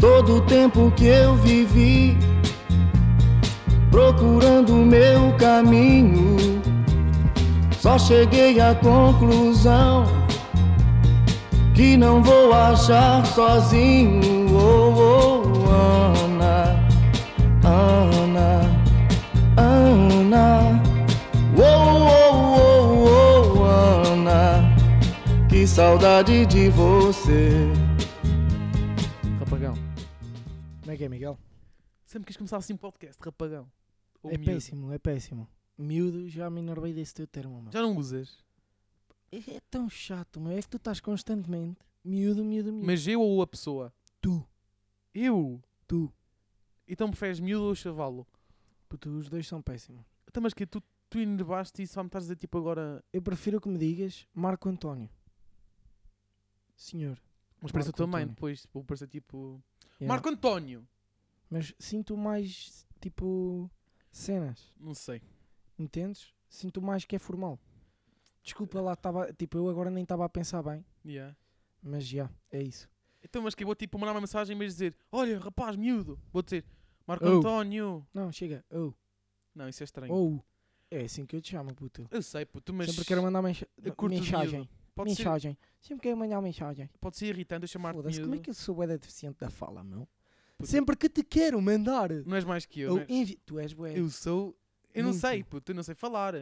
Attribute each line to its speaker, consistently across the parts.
Speaker 1: todo o tempo que eu vivi procurando o meu caminho. Só cheguei à conclusão que não vou achar sozinho. Oh, oh, Ana, Ana, Ana. Oh, oh, oh, oh, Ana, que saudade de você.
Speaker 2: Rapagão. Como é que é, Miguel?
Speaker 3: Sempre quis começar assim um podcast, rapagão. Ou
Speaker 2: é
Speaker 3: miúdo.
Speaker 2: péssimo, é péssimo. Miúdo, já me enervei desse teu termo, mano.
Speaker 3: Já não usas.
Speaker 2: É é tão chato, meu. É que tu estás constantemente miúdo, miúdo, miúdo.
Speaker 3: Mas eu ou a pessoa?
Speaker 2: tu,
Speaker 3: Eu.
Speaker 2: tu,
Speaker 3: Então preferes miúdo ou chavalo?
Speaker 2: puto, os dois são péssimos.
Speaker 3: Então, mas que tu, tu enervaste e só me estás a dizer tipo agora.
Speaker 2: Eu prefiro que me digas Marco António. Senhor.
Speaker 3: Mas parece a
Speaker 2: Marco
Speaker 3: tua mãe
Speaker 2: António.
Speaker 3: depois. Vou parecer tipo.
Speaker 2: Yeah.
Speaker 3: Marco António!
Speaker 2: Mas sinto mais, tipo, cenas.
Speaker 3: Não sei.
Speaker 2: Entendes? Sinto mais que é formal. Desculpa lá, estava. Tipo, eu agora nem estava a pensar bem.
Speaker 3: Yeah.
Speaker 2: Mas já, é isso.
Speaker 3: Então, mas que eu vou tipo mandar uma mensagem em vez de dizer: Olha, rapaz, miúdo. Vou dizer: Marco
Speaker 2: Oh.
Speaker 3: António!
Speaker 2: Não, chega. Ou,
Speaker 3: Não, isso é estranho.
Speaker 2: ou. É assim que eu te chamo, puto.
Speaker 3: Eu sei, puto, mas.
Speaker 2: Sempre quero mandar mensa-
Speaker 3: eu curto de
Speaker 2: mensagem.
Speaker 3: miúdo. Pode ser,
Speaker 2: Mensagem. Sempre quero mandar mensagem.
Speaker 3: pode ser irritante eu chamar-te
Speaker 2: Foda-se,
Speaker 3: miúdo.
Speaker 2: como é que eu sou bué da deficiente da fala, meu?
Speaker 3: Puto.
Speaker 2: Sempre que te quero mandar.
Speaker 3: Não és mais que eu.
Speaker 2: ou
Speaker 3: não é?
Speaker 2: envi... Tu és bué.
Speaker 3: Eu sou. Eu não
Speaker 2: Muito.
Speaker 3: sei, puto, eu não sei falar.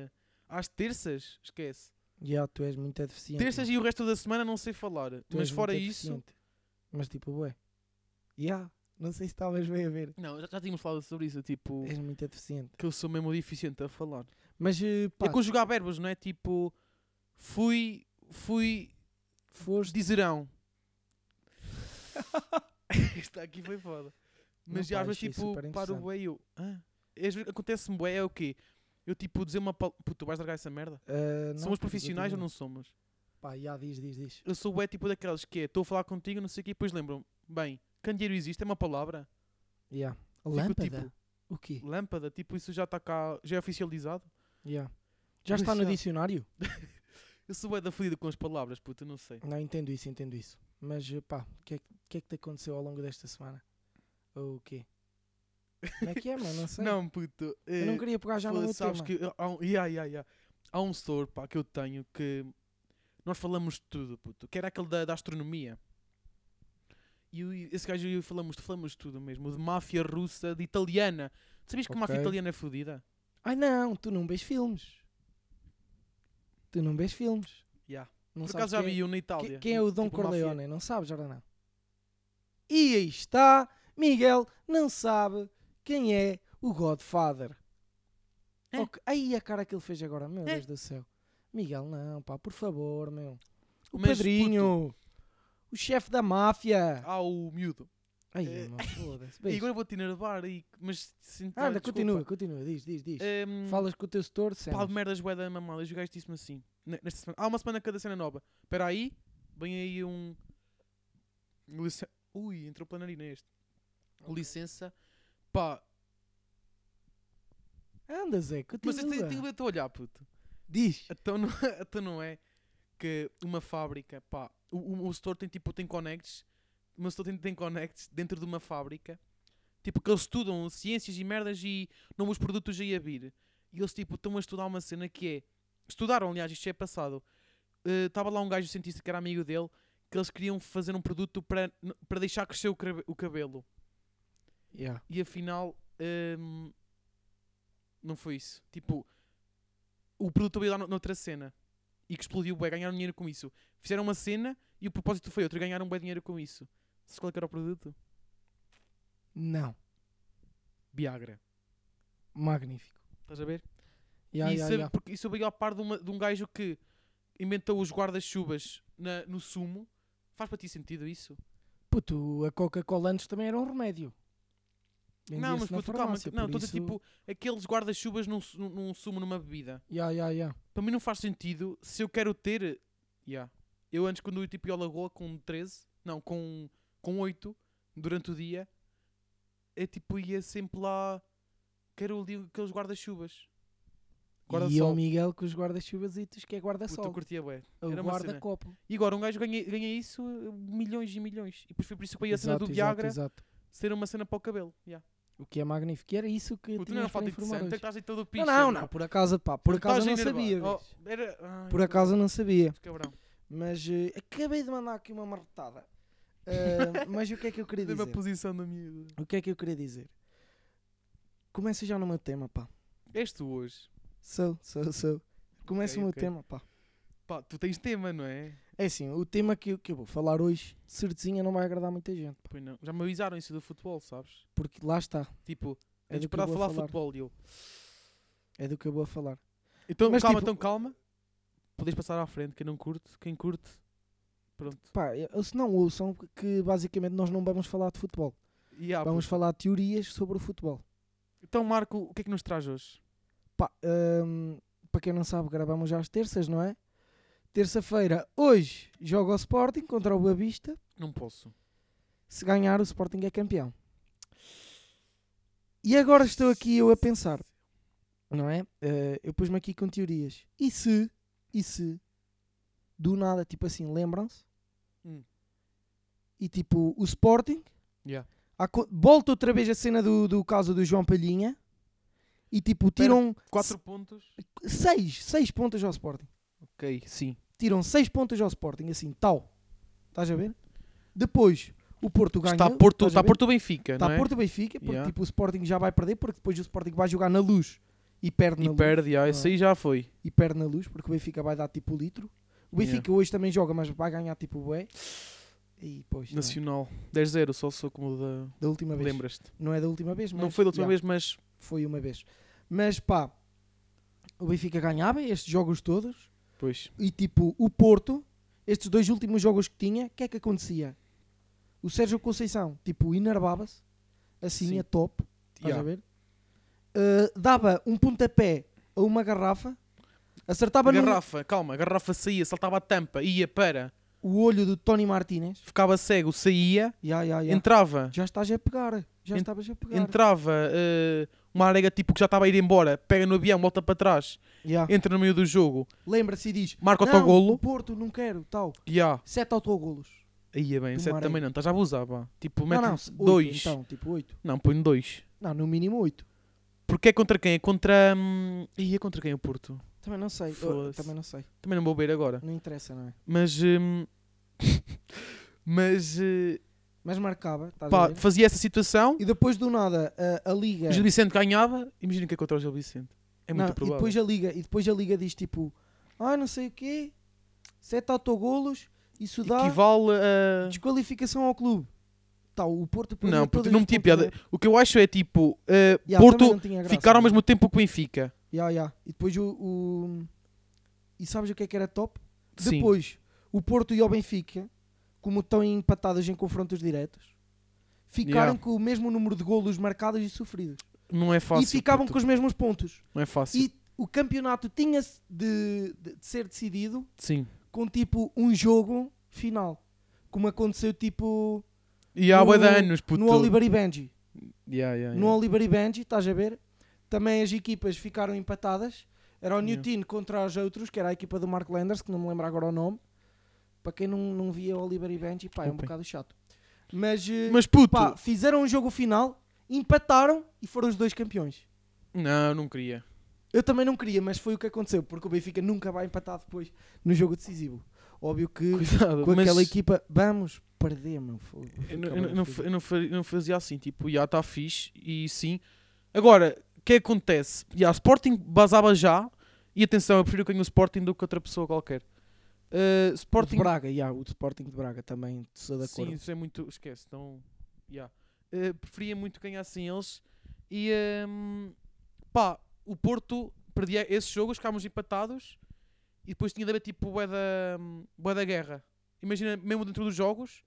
Speaker 3: Às terças, esquece.
Speaker 2: Já, tu és muito deficiente. meu.
Speaker 3: Terças e o resto da semana não sei falar.
Speaker 2: então? Tu
Speaker 3: mas
Speaker 2: és
Speaker 3: fora
Speaker 2: muito
Speaker 3: isso.
Speaker 2: eficiente. Mas tipo, ué. Yeah, não sei se estavas bem a ver.
Speaker 3: Não, já, já tínhamos falado sobre isso, tipo.
Speaker 2: És muito eficiente.
Speaker 3: Que eu sou mesmo deficiente a falar.
Speaker 2: Mas eh, pá,
Speaker 3: É conjugar verbos, não é? Tipo. Fui. Fui.
Speaker 2: foste.
Speaker 3: Dizerão. Isto aqui foi foda.
Speaker 2: Não,
Speaker 3: Mas já
Speaker 2: pá,
Speaker 3: às vezes
Speaker 2: achei
Speaker 3: tipo.
Speaker 2: super
Speaker 3: Para o
Speaker 2: interessante.
Speaker 3: bué e eu. "Hã?" Às vezes acontece-me bué, é o quê? Eu tipo dizer uma palavra. Puto, tu vais largar essa merda?
Speaker 2: Ah, não,
Speaker 3: somos
Speaker 2: puto,
Speaker 3: profissionais ou
Speaker 2: continua.
Speaker 3: não somos?
Speaker 2: Pá, já, diz, diz, diz.
Speaker 3: Eu sou bué tipo daquelas que é, estou a falar contigo, não sei o quê, e depois lembram-me, bem, candeeiro existe, é uma palavra?
Speaker 2: Yeah.
Speaker 3: Fico,
Speaker 2: Lâmpada?
Speaker 3: tipo,
Speaker 2: O quê?
Speaker 3: lâmpada, tipo, isso já está cá, já é oficializado? é
Speaker 2: Yeah. Já
Speaker 3: Pois
Speaker 2: está no
Speaker 3: já.
Speaker 2: dicionário?
Speaker 3: Eu sou bué da fodida com as palavras, puta, não sei.
Speaker 2: Não, entendo isso, entendo isso. Mas eh, pá, o que, é, que- o que é que te aconteceu ao longo desta semana? Ou o quê? Como é que é, mano? Não sei.
Speaker 3: Não, puto. eh,
Speaker 2: Eu não queria pegar já no
Speaker 3: foda-se,
Speaker 2: meu
Speaker 3: sabes
Speaker 2: tema.
Speaker 3: que eh, há um, yeah, yeah, yeah. há um setor, pá, que eu tenho que nós falamos de tudo, puto, que era aquele da, da astronomia. E eu e esse gajo e eu falamos, falamos de tudo mesmo, de máfia russa, de italiana. Tu sabias que a máfia
Speaker 2: Ok.
Speaker 3: italiana é fodida?
Speaker 2: Ai não, tu não vês filmes. Tu não vês filmes.
Speaker 3: Yeah.
Speaker 2: Não
Speaker 3: Por
Speaker 2: sabes
Speaker 3: acaso já
Speaker 2: quem é-
Speaker 3: vi um na
Speaker 2: Que-
Speaker 3: Itália.
Speaker 2: Quem é o Dom
Speaker 3: tipo, máfia.
Speaker 2: Corleone? Não sabes, Jordana? E aí está, Miguel não sabe quem é o Godfather.
Speaker 3: É.
Speaker 2: Ok, Aí a cara que ele fez agora, meu
Speaker 3: É.
Speaker 2: Deus do céu. Miguel, não, pá, por favor, meu. O
Speaker 3: Mas,
Speaker 2: padrinho, o chefe da máfia.
Speaker 3: Há Ah, o miúdo.
Speaker 2: Aí,
Speaker 3: eh,
Speaker 2: meu, foda-se.
Speaker 3: E
Speaker 2: beijo.
Speaker 3: agora vou-te enervar, e, mas sinto
Speaker 2: Anda, continua, continua, diz, diz, diz.
Speaker 3: É, hum,
Speaker 2: Falas com o teu setor,
Speaker 3: Pá, de
Speaker 2: cenas.
Speaker 3: merdas bué da mamada. E o gajo disse-me assim, ne- nesta semana, há uma semana cada cena é nova. Espera aí, vem aí um... Licença... Ui, entrou pela narina este. Licença. Pá,
Speaker 2: Anda, Zé,
Speaker 3: mas este
Speaker 2: continua.
Speaker 3: tem que olhar, puto.
Speaker 2: Diz.
Speaker 3: Então não, então não é que uma fábrica, pá, o, o, o setor tem tipo, tem connects, o meu setor tem, tem connects dentro de uma fábrica, tipo, que eles estudam ciências e merdas e novos produtos aí a vir. E eles, tipo, estão a estudar uma cena que é, estudaram, aliás, isto já é passado, estava lá um gajo cientista que era amigo dele, que eles queriam fazer um produto para para deixar crescer o crabe- o cabelo.
Speaker 2: Yeah.
Speaker 3: E afinal, hum, não foi isso. Tipo, o produto veio lá no- noutra cena e que explodiu bem, ganharam dinheiro com isso. Fizeram uma cena e o propósito foi outro, e ganharam bem dinheiro com isso. Sabes qual é que era o produto?
Speaker 2: Não.
Speaker 3: Viagra.
Speaker 2: Magnífico.
Speaker 3: Estás a ver?
Speaker 2: Yeah,
Speaker 3: e
Speaker 2: yeah,
Speaker 3: sabe-
Speaker 2: yeah.
Speaker 3: Porque isso veio ao par de, uma- de um gajo que inventou os guarda-chuvas na- no sumo. Faz para ti sentido isso?
Speaker 2: Puto, a Coca-Cola antes também era um remédio.
Speaker 3: não,
Speaker 2: Vendia-se
Speaker 3: mas
Speaker 2: na
Speaker 3: puto, calma.
Speaker 2: farmácia,
Speaker 3: que- Não,
Speaker 2: por
Speaker 3: estou a dizer
Speaker 2: isso-
Speaker 3: tipo aqueles guarda-chuvas num, su- num sumo, numa bebida.
Speaker 2: Ya, ya, ya.
Speaker 3: Para mim não faz sentido se eu quero ter. Yeah. Eu antes, quando eu tipo, ia ao Lagoa com 13, não, com, com 8, durante o dia, eu tipo ia sempre lá. Quero ali aqueles guarda-chuvas.
Speaker 2: e
Speaker 3: Guarda-sol.
Speaker 2: o Miguel com os guarda-chuvas e tu que é
Speaker 3: Puta, eu
Speaker 2: guarda-sol.
Speaker 3: curtia, bué.
Speaker 2: O
Speaker 3: era uma cena.
Speaker 2: guarda-copo.
Speaker 3: E agora um gajo ganha, ganha isso eh, milhões e milhões. E depois foi por isso que veio a cena do
Speaker 2: Exato,
Speaker 3: Viagra
Speaker 2: Exato, exato.
Speaker 3: ser uma cena para o cabelo. Yeah.
Speaker 2: O que é magnífico. E era isso que
Speaker 3: Puta, não era
Speaker 2: tínhamos para
Speaker 3: falta interessante,
Speaker 2: informar
Speaker 3: é que
Speaker 2: hoje.
Speaker 3: estás aí todo picha.
Speaker 2: Não, não,
Speaker 3: meu.
Speaker 2: não, por acaso, pá, por
Speaker 3: Estás
Speaker 2: acaso
Speaker 3: a
Speaker 2: não
Speaker 3: enervar.
Speaker 2: sabia.
Speaker 3: Oh,
Speaker 2: vês?
Speaker 3: era- Ai,
Speaker 2: Por acaso não sabia.
Speaker 3: Cabrão.
Speaker 2: Mas eh, acabei de mandar aqui uma marretada. Ah, mas o que é que eu queria
Speaker 3: Mesma
Speaker 2: dizer?
Speaker 3: posição da miúda.
Speaker 2: O que é que eu queria dizer? Começa já no meu tema, pá.
Speaker 3: És tu hoje.
Speaker 2: Sou, sou, sou. Começa
Speaker 3: Ok,
Speaker 2: o meu
Speaker 3: ok.
Speaker 2: tema, pá.
Speaker 3: Pá, tu tens tema, não é?
Speaker 2: É assim, o tema que eu, que eu vou falar hoje, de certezinha, não vai agradar muita gente.
Speaker 3: Pois não. Já me avisaram isso do futebol, sabes?
Speaker 2: Porque lá está.
Speaker 3: Tipo,
Speaker 2: É
Speaker 3: tens de
Speaker 2: do que
Speaker 3: esperar
Speaker 2: eu vou
Speaker 3: falar,
Speaker 2: falar.
Speaker 3: futebol e eu.
Speaker 2: É do que eu vou falar.
Speaker 3: Então,
Speaker 2: Mas,
Speaker 3: calma,
Speaker 2: tipo-
Speaker 3: então calma. Podes passar à frente, quem não curte, quem curte, pronto.
Speaker 2: Pá, eu- se não ouçam, que basicamente nós não vamos falar de futebol.
Speaker 3: E há,
Speaker 2: vamos
Speaker 3: puto.
Speaker 2: falar de teorias sobre o futebol.
Speaker 3: Então, Marco, o que é que nos traz hoje?
Speaker 2: Pá, hum, para quem não sabe, gravamos já às terças, não é? Terça-feira, hoje, joga o Sporting contra o Boavista.
Speaker 3: Não posso.
Speaker 2: Se ganhar, o Sporting é campeão. E agora estou aqui eu a pensar, não é? Eh, eu pus-me aqui com teorias. E se, e se, do nada, tipo assim, lembram-se?
Speaker 3: Hum.
Speaker 2: E tipo, o Sporting
Speaker 3: Yeah.
Speaker 2: há co- volta outra vez a cena do, do caso do João Palhinha e tipo, tiram
Speaker 3: Quatro pontos.
Speaker 2: seis, seis pontos ao Sporting.
Speaker 3: Ok, sim.
Speaker 2: Tiram seis pontos ao Sporting, assim, tal. Estás a ver? Depois, o Porto ganha.
Speaker 3: Está Porto,
Speaker 2: estás a
Speaker 3: está
Speaker 2: ver?
Speaker 3: Porto Benfica,
Speaker 2: Está
Speaker 3: não é?
Speaker 2: Tá Porto Benfica, porque
Speaker 3: Yeah.
Speaker 2: tipo, o Sporting já vai perder, porque depois o Sporting vai jogar na luz e perde na
Speaker 3: e
Speaker 2: luz.
Speaker 3: perde, ah,
Speaker 2: não
Speaker 3: isso
Speaker 2: é?
Speaker 3: aí já foi.
Speaker 2: E perde na luz, porque o Benfica vai dar tipo o litro. O
Speaker 3: Yeah.
Speaker 2: Benfica hoje também joga, mas vai ganhar tipo o bué. E pois, não é?
Speaker 3: Nacional. 10-0, só sou como da.
Speaker 2: da última vez.
Speaker 3: Lembras-te?
Speaker 2: Não é da última vez, mas
Speaker 3: Não foi da última
Speaker 2: yeah.
Speaker 3: vez, mas.
Speaker 2: Foi uma vez. Mas pá, o Benfica ganhava estes jogos todos
Speaker 3: Pois.
Speaker 2: e tipo, o Porto, estes dois últimos jogos que tinha, o que é que acontecia? O Sérgio Conceição, tipo, enervava-se, assim
Speaker 3: Sim.
Speaker 2: a top, estás
Speaker 3: Yeah.
Speaker 2: a ver? Uh, dava um pontapé a uma garrafa, acertava no
Speaker 3: garrafa, calma, a garrafa saía, saltava a tampa, ia para,
Speaker 2: o olho do Tony Martínez.
Speaker 3: ficava cego, saía,
Speaker 2: Ya, ya, ya.
Speaker 3: entrava,
Speaker 2: Já estás a pegar, já
Speaker 3: Ent-
Speaker 2: estavas a pegar.
Speaker 3: entrava eh, uma arega tipo que já estava a ir embora, pega no avião, volta para trás,
Speaker 2: Ya.
Speaker 3: entra no meio do jogo,
Speaker 2: Lembra-se e diz:
Speaker 3: marca
Speaker 2: Ah. "Não,
Speaker 3: autogolo,
Speaker 2: Porto, não quero, tal.
Speaker 3: já,
Speaker 2: Sete autogolos.
Speaker 3: ia é bem,
Speaker 2: Do
Speaker 3: sete
Speaker 2: Marega.
Speaker 3: também não, estás a abusar, pá. tipo,
Speaker 2: Não,
Speaker 3: mete
Speaker 2: não, oito,
Speaker 3: dois,
Speaker 2: Então, tipo, oito.
Speaker 3: não, põe um dois,
Speaker 2: Não, no mínimo 8.
Speaker 3: porque é contra quem? É contra, hum, ia contra quem o Porto?
Speaker 2: Também não sei. Eu,
Speaker 3: Foda-se.
Speaker 2: também não sei.
Speaker 3: Também não vou ver agora,
Speaker 2: Não interessa, não é?
Speaker 3: mas, hum, mas, eh,
Speaker 2: Mas marcava, estás a
Speaker 3: pá,
Speaker 2: ver?
Speaker 3: fazia essa situação,
Speaker 2: E depois do nada a, a liga.
Speaker 3: o Gil Vicente ganhava, imagina que é contra o Gil Vicente, é muito
Speaker 2: não, e
Speaker 3: provável.
Speaker 2: depois a liga, e depois a liga diz tipo, ah, não sei o quê, sete autogolos, isso dá
Speaker 3: equivale a.
Speaker 2: desqualificação ao clube. Tá, o Porto perdeu
Speaker 3: Não, porque
Speaker 2: todas
Speaker 3: não
Speaker 2: as
Speaker 3: me tinha
Speaker 2: pontas,
Speaker 3: piada.
Speaker 2: né?
Speaker 3: O que eu acho é tipo, eh,
Speaker 2: Ya, também
Speaker 3: Porto
Speaker 2: não tinha graça,
Speaker 3: ficar ao
Speaker 2: né?
Speaker 3: mesmo tempo que o Benfica.
Speaker 2: Ya, ya. E depois o, o- E sabes o que é que era top?
Speaker 3: Sim.
Speaker 2: Depois, o Porto e o Benfica, como estão empatados em confrontos diretos, ficaram
Speaker 3: Ya.
Speaker 2: com o mesmo número de golos marcados e sofridos.
Speaker 3: Não é fácil.
Speaker 2: e ficavam
Speaker 3: puto.
Speaker 2: com os mesmos pontos.
Speaker 3: Não é fácil.
Speaker 2: E o campeonato tinha de, de- de ser decidido
Speaker 3: Sim.
Speaker 2: com tipo um jogo final. Como aconteceu tipo
Speaker 3: E há bué de
Speaker 2: No-
Speaker 3: anos, puto. é,
Speaker 2: no Oliver e Benji.
Speaker 3: Ya, ya, ya.
Speaker 2: No Oliver e Benji, estás a ver? Também as equipas ficaram empatadas. Era o
Speaker 3: Yeah.
Speaker 2: Newton contra os outros, que era a equipa do Mark Landers, que não me lembro agora o nome. Para quem não, não via Oliver e Benji, pá, é um
Speaker 3: Desculpem.
Speaker 2: bocado chato. Mas, eh,
Speaker 3: Mas puto.
Speaker 2: pá, fizeram um jogo final, empataram e foram os dois campeões.
Speaker 3: Não, não queria.
Speaker 2: Eu também não queria, mas foi o que aconteceu, porque o Benfica nunca vai empatar depois no jogo decisivo. Óbvio que
Speaker 3: Cuidado.
Speaker 2: com
Speaker 3: mas
Speaker 2: aquela equipa, vamos perder, meu fogo.
Speaker 3: Eu, não- eu não- eu não, fa- eu não faria- não fazia assim. Tipo, já está fixe. E sim. Agora, o que acontece? Ya, Sporting basava já. E atenção, eu prefiro que ganhe o Sporting do que outra pessoa qualquer. Eh,
Speaker 2: Sporting...
Speaker 3: Sporting
Speaker 2: De Braga, yeah, o de Sporting de Braga também, sou de
Speaker 3: Sim,
Speaker 2: acordo.
Speaker 3: isso é muito. Esquece, não. Yeah. Eh, preferia muito ganhar sem eles. E ehm, pá, o Porto perdia esses jogos, ficámos empatados e depois tinha de haver tipo bué da, bué da guerra. Imagina, mesmo dentro dos jogos,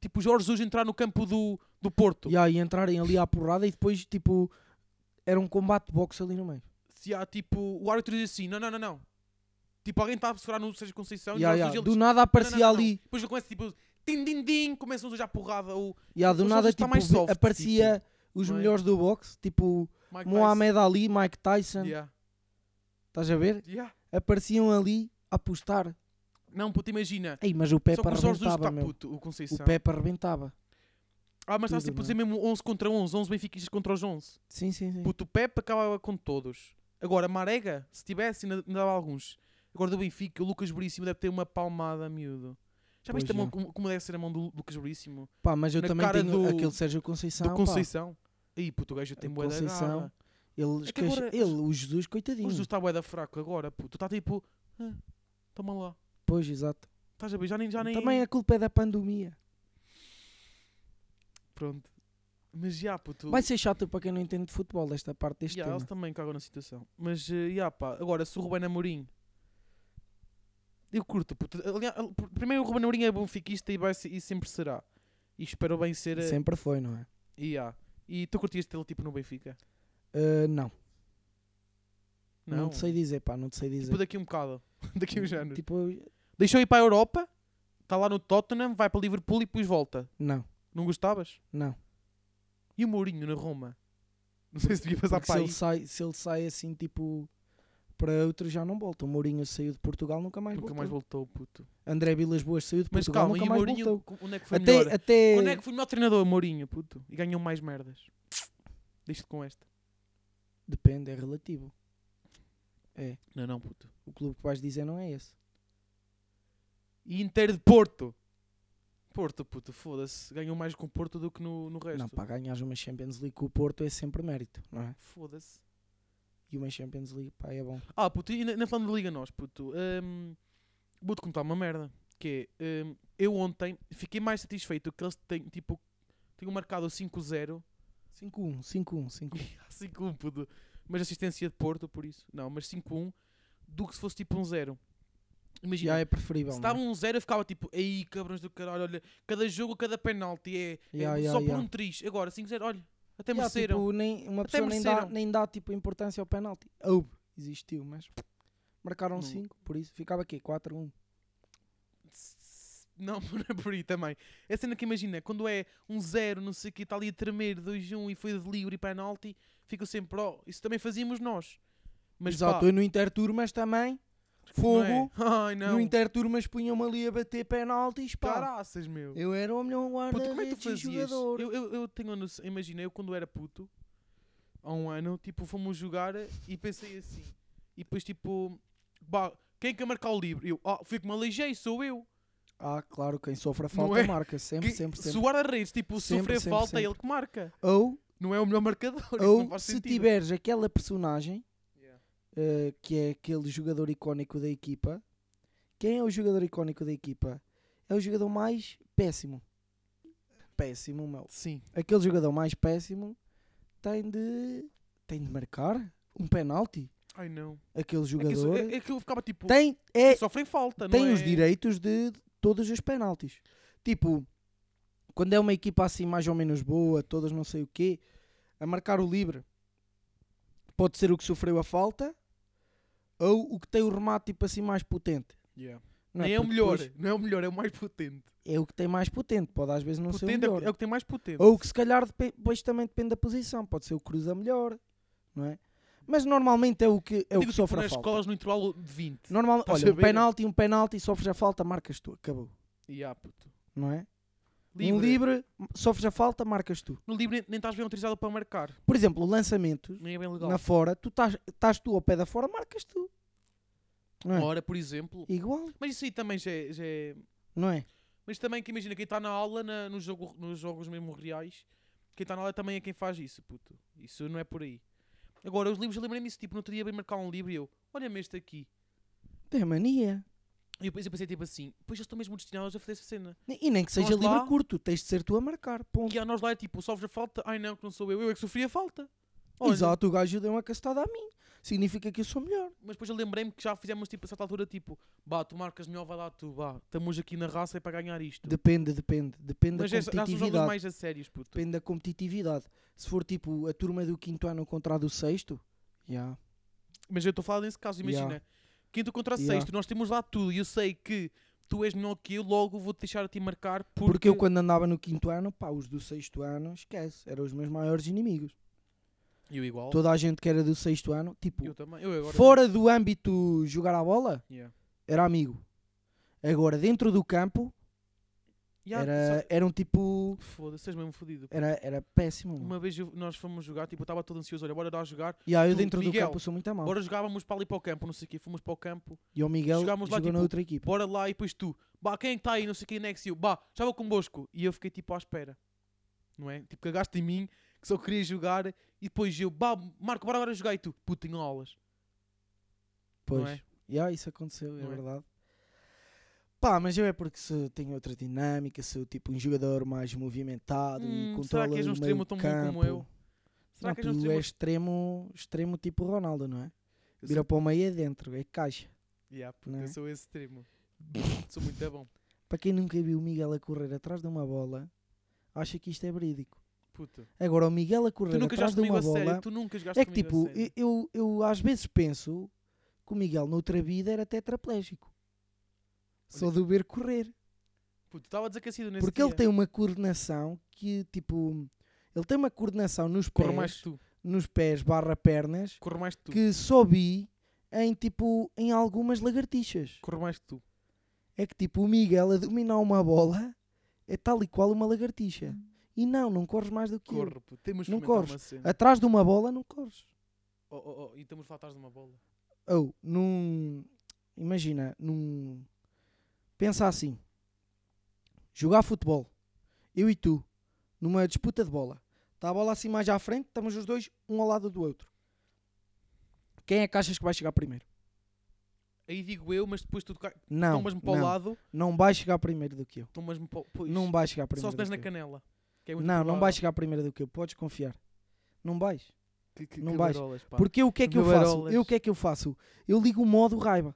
Speaker 3: tipo o Jorge Jesus entrar no campo do, do Porto.
Speaker 2: Yeah, e entrarem ali à porrada e depois, tipo, era um combate de boxe ali no meio.
Speaker 3: Se há tipo, o árbitro diz assim: não, não, não, não. Tipo, alguém está a segurar no Sérgio
Speaker 2: Yeah,
Speaker 3: Conceição e o
Speaker 2: yeah,
Speaker 3: Jorge Jesus
Speaker 2: Do
Speaker 3: ele diz,
Speaker 2: nada
Speaker 3: um "Não, não,
Speaker 2: aparecia
Speaker 3: não, não."
Speaker 2: ali,
Speaker 3: Depois ele começa tipo, tim, din, din, começam a já porrada. O
Speaker 2: yeah, do
Speaker 3: Depois
Speaker 2: nada
Speaker 3: eles estão
Speaker 2: tipo,
Speaker 3: mais soft,
Speaker 2: aparecia os
Speaker 3: não é?
Speaker 2: melhores do boxe, tipo
Speaker 3: Mike Tyson.
Speaker 2: Mohamed Ali, Mike Tyson,
Speaker 3: Yeah.
Speaker 2: Estás a ver?
Speaker 3: Yeah.
Speaker 2: Apareciam ali a apostar.
Speaker 3: Não, puto, imagina.
Speaker 2: Ei, mas o
Speaker 3: Só
Speaker 2: Pepe
Speaker 3: que o Jorge Jesus
Speaker 2: arrebentava,
Speaker 3: está
Speaker 2: meu.
Speaker 3: puto, o Conceição.
Speaker 2: O Pepe arrebentava.
Speaker 3: Ah, mas estás
Speaker 2: tudo,
Speaker 3: tipo a dizer mesmo 11 contra 11, 11 benfiquistas contra os 11.
Speaker 2: Sim, sim, sim.
Speaker 3: Puto, o Pepe acabava com todos. Agora, Marega, se tivesse, ainda, ainda dava alguns. Agora do Benfica, o Lucas Veríssimo deve ter uma palmada, miúdo. Já
Speaker 2: Pois
Speaker 3: viste a mão,
Speaker 2: já.
Speaker 3: como, como deve ser a mão do Lucas Veríssimo?
Speaker 2: Pá, mas eu
Speaker 3: na
Speaker 2: também
Speaker 3: cara
Speaker 2: tenho
Speaker 3: do-
Speaker 2: aquele Sérgio Conceição.
Speaker 3: do
Speaker 2: pá.
Speaker 3: Conceição. Aí, puto, o gajo tem
Speaker 2: O
Speaker 3: boa da
Speaker 2: Conceição.
Speaker 3: garra.
Speaker 2: Ele,
Speaker 3: É que
Speaker 2: esquece-
Speaker 3: agora-
Speaker 2: ele, o Jesus, coitadinho.
Speaker 3: O Jesus está bué da fraco agora, puto. Está tipo, ah, toma lá.
Speaker 2: Pois, exato.
Speaker 3: Estás a ver? Já nem, já nem...
Speaker 2: Também a culpa é da pandemia.
Speaker 3: Pronto. Mas já, puto...
Speaker 2: Vai ser chato para quem não entende de futebol esta parte deste
Speaker 3: já, eles
Speaker 2: tema.
Speaker 3: também cagam na situação. Mas, eh, já, pá. Agora, se o Ruben Amorim... Eu curto, puto. Aliás, al- pr- primeiro o Ruben Amorim é benfiquista e, vai ser- e sempre será. E espero bem ser... eh,
Speaker 2: Sempre foi, não é?
Speaker 3: E, já. e tu curtias tê-lo tipo no Benfica?
Speaker 2: Ah, não,
Speaker 3: Não,
Speaker 2: não, te sei dizer, pá, não te sei dizer.
Speaker 3: Tipo daqui um bocado. daqui a uns anos.
Speaker 2: Tipo, eu-
Speaker 3: Deixou ir para a Europa, está lá no Tottenham, vai para Liverpool e depois volta.
Speaker 2: não,
Speaker 3: Não gostavas?
Speaker 2: não.
Speaker 3: E o Mourinho na Roma? Não sei se devia passar
Speaker 2: Porque se
Speaker 3: para aí.
Speaker 2: ele, sai, se ele sai assim, tipo, para outro já não volta. O Mourinho saiu de Portugal, nunca mais
Speaker 3: Nunca
Speaker 2: voltou.
Speaker 3: mais voltou, puto.
Speaker 2: André Vilas Boas saiu de
Speaker 3: Mas
Speaker 2: Portugal,
Speaker 3: calma, e
Speaker 2: nunca
Speaker 3: o
Speaker 2: mais
Speaker 3: Mourinho,
Speaker 2: voltou.
Speaker 3: co- onde é que foi melhor?
Speaker 2: Até, até...
Speaker 3: Onde é que foi o melhor treinador, Mourinho, puto? E ganhou mais merdas. Diz-te com esta.
Speaker 2: Depende, é relativo.
Speaker 3: Não, não, puto.
Speaker 2: O clube que vais dizer não é esse.
Speaker 3: E Inter de Porto. Porto, puto, foda-se. Ganhou mais com o Porto do que no, no resto.
Speaker 2: Não, para ganhares uma Champions League com o Porto é sempre mérito, não é?
Speaker 3: Foda-se.
Speaker 2: E uma Champions League, pá, é bom.
Speaker 3: Ah, puto, e na, na falando de Liga Nós, puto, hum, vou-te contar uma merda. Que é, hum, eu ontem fiquei mais satisfeito que eles têm, tipo, tinham marcado 5-0.
Speaker 2: 5-1, 5-1, 5-1.
Speaker 3: 5-1, puto. Mas assistência de Porto, por isso. Não, mas 5-1 do que se fosse tipo um 0. Imagina,
Speaker 2: Já é preferível.
Speaker 3: se
Speaker 2: não é?
Speaker 3: estava um 0 eu ficava tipo, aí cabrões do caralho, olha, cada jogo, cada penalti é, é
Speaker 2: Ya, ya,
Speaker 3: só por
Speaker 2: ya.
Speaker 3: um triz. Agora, 5-0, olha, até
Speaker 2: Já,
Speaker 3: mereceram.
Speaker 2: tipo, nem, uma
Speaker 3: Até
Speaker 2: pessoa nem dá,
Speaker 3: mereceram.
Speaker 2: nem dá tipo, importância ao penalti. Houve, existiu, mas marcaram
Speaker 3: Não.
Speaker 2: 5, por isso ficava aqui 4-1.
Speaker 3: Não, não é por aí também. É a cena que imagina, quando é um zero, não sei o que, está ali a tremer, 2-1 e foi de livre e penalti, fica sempre, ó, isso também fazíamos nós. Mas
Speaker 2: Exato,
Speaker 3: pá,
Speaker 2: eu no Interturmas também,
Speaker 3: não
Speaker 2: fogo,
Speaker 3: é? Ai não,
Speaker 2: no Interturmas punham ali a bater penaltis, pá.
Speaker 3: caraças, meu.
Speaker 2: Eu era o melhor
Speaker 3: Puto, como é que
Speaker 2: guarda-redes
Speaker 3: tu
Speaker 2: e
Speaker 3: fazias?
Speaker 2: jogador.
Speaker 3: Eu, eu, eu tenho a noção, imagina, eu quando era puto, há um ano, tipo, fomos jogar e pensei assim, e depois tipo, bah, quem é que é marcar o livre? Eu, ah, fui que me aleijei, sou eu.
Speaker 2: Ah, claro, quem sofre a
Speaker 3: Não
Speaker 2: falta
Speaker 3: é?
Speaker 2: marca, sempre,
Speaker 3: Que-
Speaker 2: sempre,
Speaker 3: Se
Speaker 2: sempre.
Speaker 3: o guarda-redes, tipo,
Speaker 2: Sempre,
Speaker 3: sofrer
Speaker 2: sempre,
Speaker 3: falta, é
Speaker 2: sempre.
Speaker 3: ele que marca.
Speaker 2: Ou,
Speaker 3: Não é o melhor marcador. isso não
Speaker 2: ou
Speaker 3: faz
Speaker 2: se
Speaker 3: sentido.
Speaker 2: tiveres aquela personagem
Speaker 3: Yeah.
Speaker 2: eh, que é aquele jogador icónico da equipa. Quem é o jogador icónico da equipa? É o jogador mais péssimo. Péssimo, meu.
Speaker 3: Sim.
Speaker 2: Aquele jogador mais péssimo tem de. tem de marcar um penalti.
Speaker 3: Ai não.
Speaker 2: Aquele
Speaker 3: É que, isso-
Speaker 2: jogador
Speaker 3: é, é que eu ficava tipo.
Speaker 2: tem, é,
Speaker 3: Sofrem falta, não
Speaker 2: tem
Speaker 3: é?
Speaker 2: os direitos de todos os penaltis. Tipo, quando é uma equipa assim mais ou menos boa, todas não sei o quê, a marcar o livre pode ser o que sofreu a falta ou o que tem o remate tipo assim mais potente.
Speaker 3: Yeah.
Speaker 2: Não
Speaker 3: Nem é o
Speaker 2: Porque
Speaker 3: melhor.
Speaker 2: depois
Speaker 3: Não é o melhor, é o mais potente.
Speaker 2: É o que tem mais potente, pode às vezes não ser o
Speaker 3: potente é o
Speaker 2: melhor.
Speaker 3: que- é o que tem mais potente.
Speaker 2: Ou que se calhar depe- depois também depende da posição, pode ser o que cruza melhor, não é? Mas normalmente é o que, é o que
Speaker 3: Digo, tipo,
Speaker 2: sofre a
Speaker 3: nas
Speaker 2: falta.
Speaker 3: escolas no intervalo de 20.
Speaker 2: Normalmente,
Speaker 3: Estás
Speaker 2: olha,
Speaker 3: a
Speaker 2: um
Speaker 3: ver? é?
Speaker 2: penalti, um penalti, sofres a falta, marcas tu, acabou,
Speaker 3: Yeah, ah, puto.
Speaker 2: não é? Um
Speaker 3: Livre.
Speaker 2: livre, sofres a falta, marcas tu.
Speaker 3: No livre nem- nem estás bem autorizado para marcar.
Speaker 2: Por exemplo, lançamentos
Speaker 3: Nem é bem legal.
Speaker 2: na fora, tu estás- estás tu ao pé da fora, marcas tu. Não é?
Speaker 3: Ora, por exemplo.
Speaker 2: Igual,
Speaker 3: Mas isso aí também já é. já é-
Speaker 2: não é?
Speaker 3: Mas também que imagina, quem está na aula, na, no jogo, nos jogos mesmo reais, quem está na aula também é quem faz isso, puto. Isso não é por aí. Agora, os livros, eu lembrei-me disso, tipo, no outro dia bem marcar um livro e eu, olha-me este aqui.
Speaker 2: Tem mania.
Speaker 3: E depois eu pensei tipo assim, pois eles estão mesmo destinados a fazer essa cena.
Speaker 2: E nem que seja
Speaker 3: Nós
Speaker 2: livre
Speaker 3: lá-
Speaker 2: curto, tens de ser tu a marcar. Ponto.
Speaker 3: Que a nós lá é tipo, sofres a falta, ai não, que não sou eu, eu é que sofri a falta. Olha,
Speaker 2: Exato, o gajo deu uma castada a mim. Significa que eu sou melhor.
Speaker 3: Mas depois eu lembrei-me que já fizemos tipo a certa altura tipo, bah, tu marcas melhor, vai lá tu, bah, estamos aqui na raça é para ganhar isto.
Speaker 2: Depende, depende. Depende
Speaker 3: Mas
Speaker 2: da
Speaker 3: é, já são jogos
Speaker 2: competitividade.
Speaker 3: mais a sérios, puto.
Speaker 2: Depende da competitividade. Se for tipo a turma do quinto ano contra a do sexto, já.
Speaker 3: Mas eu estou a falar nesse caso, imagina.
Speaker 2: Yeah.
Speaker 3: Quinto contra
Speaker 2: Yeah.
Speaker 3: sexto, nós temos lá tudo e eu sei que tu és melhor que eu, logo vou-te deixar a ti marcar porque...
Speaker 2: Porque eu quando andava no quinto ano, pá, os do sexto ano, esquece, eram os meus maiores inimigos.
Speaker 3: E eu igual.
Speaker 2: toda a gente que era do sexto ano, tipo,
Speaker 3: Eu também. Eu agora.
Speaker 2: fora do âmbito jogar a bola,
Speaker 3: Yeah.
Speaker 2: era amigo. Agora, dentro do campo,
Speaker 3: Yeah,
Speaker 2: era, É.
Speaker 3: sabe-
Speaker 2: era um tipo.
Speaker 3: Foda-se, és mesmo fodido.
Speaker 2: Era, era péssimo. mano.
Speaker 3: Uma vez eu- nós fomos jogar, tipo, eu estava todo ansioso, olha, bora dar a jogar.
Speaker 2: E aí eu
Speaker 3: Tu,
Speaker 2: dentro do
Speaker 3: Miguel,
Speaker 2: campo sou muito mal.
Speaker 3: Bora jogávamos para ali para o campo, não sei o quê, fomos para o campo,
Speaker 2: E o Miguel
Speaker 3: jogámos lá,
Speaker 2: jogou na
Speaker 3: tipo,
Speaker 2: outra equipa.
Speaker 3: bora lá e depois tu, bah, quem é que está aí, não sei o quê, next you, bah, já vou convosco. E eu fiquei tipo à espera, não é? Tipo, cagaste em mim, que só queria jogar, e depois eu, bah, Marco, bora agora jogar, e tu, puto, tenho aulas.
Speaker 2: Pois.
Speaker 3: Não é?
Speaker 2: Yeah, isso aconteceu, é
Speaker 3: Não é?
Speaker 2: verdade. Pá, mas eu é porque se tenho outra dinâmica, sou tipo um jogador mais movimentado
Speaker 3: Hum,
Speaker 2: e
Speaker 3: será
Speaker 2: controla
Speaker 3: que és um
Speaker 2: o
Speaker 3: extremo
Speaker 2: meio
Speaker 3: tão bom
Speaker 2: campo.
Speaker 3: como eu? Será
Speaker 2: não,
Speaker 3: que és
Speaker 2: tu
Speaker 3: um extremo-
Speaker 2: és extremo, extremo tipo Ronaldo, não é?
Speaker 3: Eu
Speaker 2: Vira para o meio é dentro, é caixa.
Speaker 3: Yeah,
Speaker 2: Não
Speaker 3: porque
Speaker 2: é?
Speaker 3: eu sou esse extremo. sou muito bom.
Speaker 2: Para quem nunca viu o Miguel a correr atrás de uma bola, acha que isto é verídico.
Speaker 3: Puto.
Speaker 2: Agora, o Miguel a
Speaker 3: Tu
Speaker 2: correr
Speaker 3: nunca
Speaker 2: atrás
Speaker 3: jogaste
Speaker 2: de
Speaker 3: comigo
Speaker 2: uma
Speaker 3: a sério,
Speaker 2: bola
Speaker 3: tu nunca jogaste
Speaker 2: é que
Speaker 3: comigo
Speaker 2: tipo,
Speaker 3: a sério.
Speaker 2: eu, eu às vezes penso que o Miguel noutra vida era tetraplégico. Só de o ver correr.
Speaker 3: Puto, estava desaquecido nesse
Speaker 2: Porque
Speaker 3: dia.
Speaker 2: ele tem um uma coordenação que, tipo, ele tem uma coordenação nos
Speaker 3: Corre
Speaker 2: pés,
Speaker 3: mais que tu,
Speaker 2: nos pés barra pernas,
Speaker 3: corre mais que tu,
Speaker 2: que só vi em, tipo, em algumas lagartixas.
Speaker 3: corre mais que tu.
Speaker 2: É que, tipo, o Miguel a dominar uma bola é tal e qual uma lagartixa. E não, não corres mais do que eu.
Speaker 3: Corre, puto. Temos de
Speaker 2: Não
Speaker 3: experimentar
Speaker 2: corres. Ah.
Speaker 3: uma cena.
Speaker 2: Atrás de uma bola não corres.
Speaker 3: Oh, oh, oh, e estamos lá atrás de uma bola.
Speaker 2: Ou, num... Imagina, num... Pensa assim. Jogar futebol. Eu e tu. Numa disputa de bola. Está a bola assim mais à frente. Estamos os dois um ao lado do outro. Quem é que achas que vai chegar primeiro?
Speaker 3: Aí digo eu, mas depois tu toca-
Speaker 2: Não,
Speaker 3: tomas-me Então, para o
Speaker 2: não,
Speaker 3: lado,
Speaker 2: não vai chegar primeiro do que eu.
Speaker 3: tomas-me para o... Pois,
Speaker 2: Não vai chegar
Speaker 3: só
Speaker 2: primeiro
Speaker 3: se pés
Speaker 2: do
Speaker 3: na
Speaker 2: que eu.
Speaker 3: canela. que é muito
Speaker 2: Não, não
Speaker 3: provável.
Speaker 2: vais chegar primeiro do que eu. Podes confiar. Não vais.
Speaker 3: Que, que,
Speaker 2: não
Speaker 3: que
Speaker 2: vais.
Speaker 3: barolas, pá.
Speaker 2: Porque eu o que é que eu faço?
Speaker 3: Gabarolas.
Speaker 2: Eu o que é que eu faço? Eu ligo o modo raiva.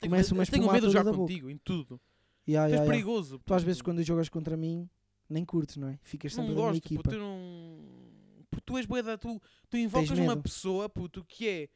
Speaker 3: Tenho
Speaker 2: começa
Speaker 3: medo-
Speaker 2: uma
Speaker 3: eu Tenho
Speaker 2: espuma
Speaker 3: medo de jogar
Speaker 2: toda da boca.
Speaker 3: contigo, em tudo.
Speaker 2: Ya,
Speaker 3: Tu
Speaker 2: ya,
Speaker 3: és
Speaker 2: ya.
Speaker 3: perigoso.
Speaker 2: Tu às
Speaker 3: puto.
Speaker 2: vezes quando jogas contra mim nem curtes, não é? Ficas sempre
Speaker 3: Não
Speaker 2: da minha
Speaker 3: gosto,
Speaker 2: equipa.
Speaker 3: puto, eu não... Porque tu és boeda, tu, tu invocas
Speaker 2: Tens
Speaker 3: uma
Speaker 2: medo.
Speaker 3: pessoa, puto, que é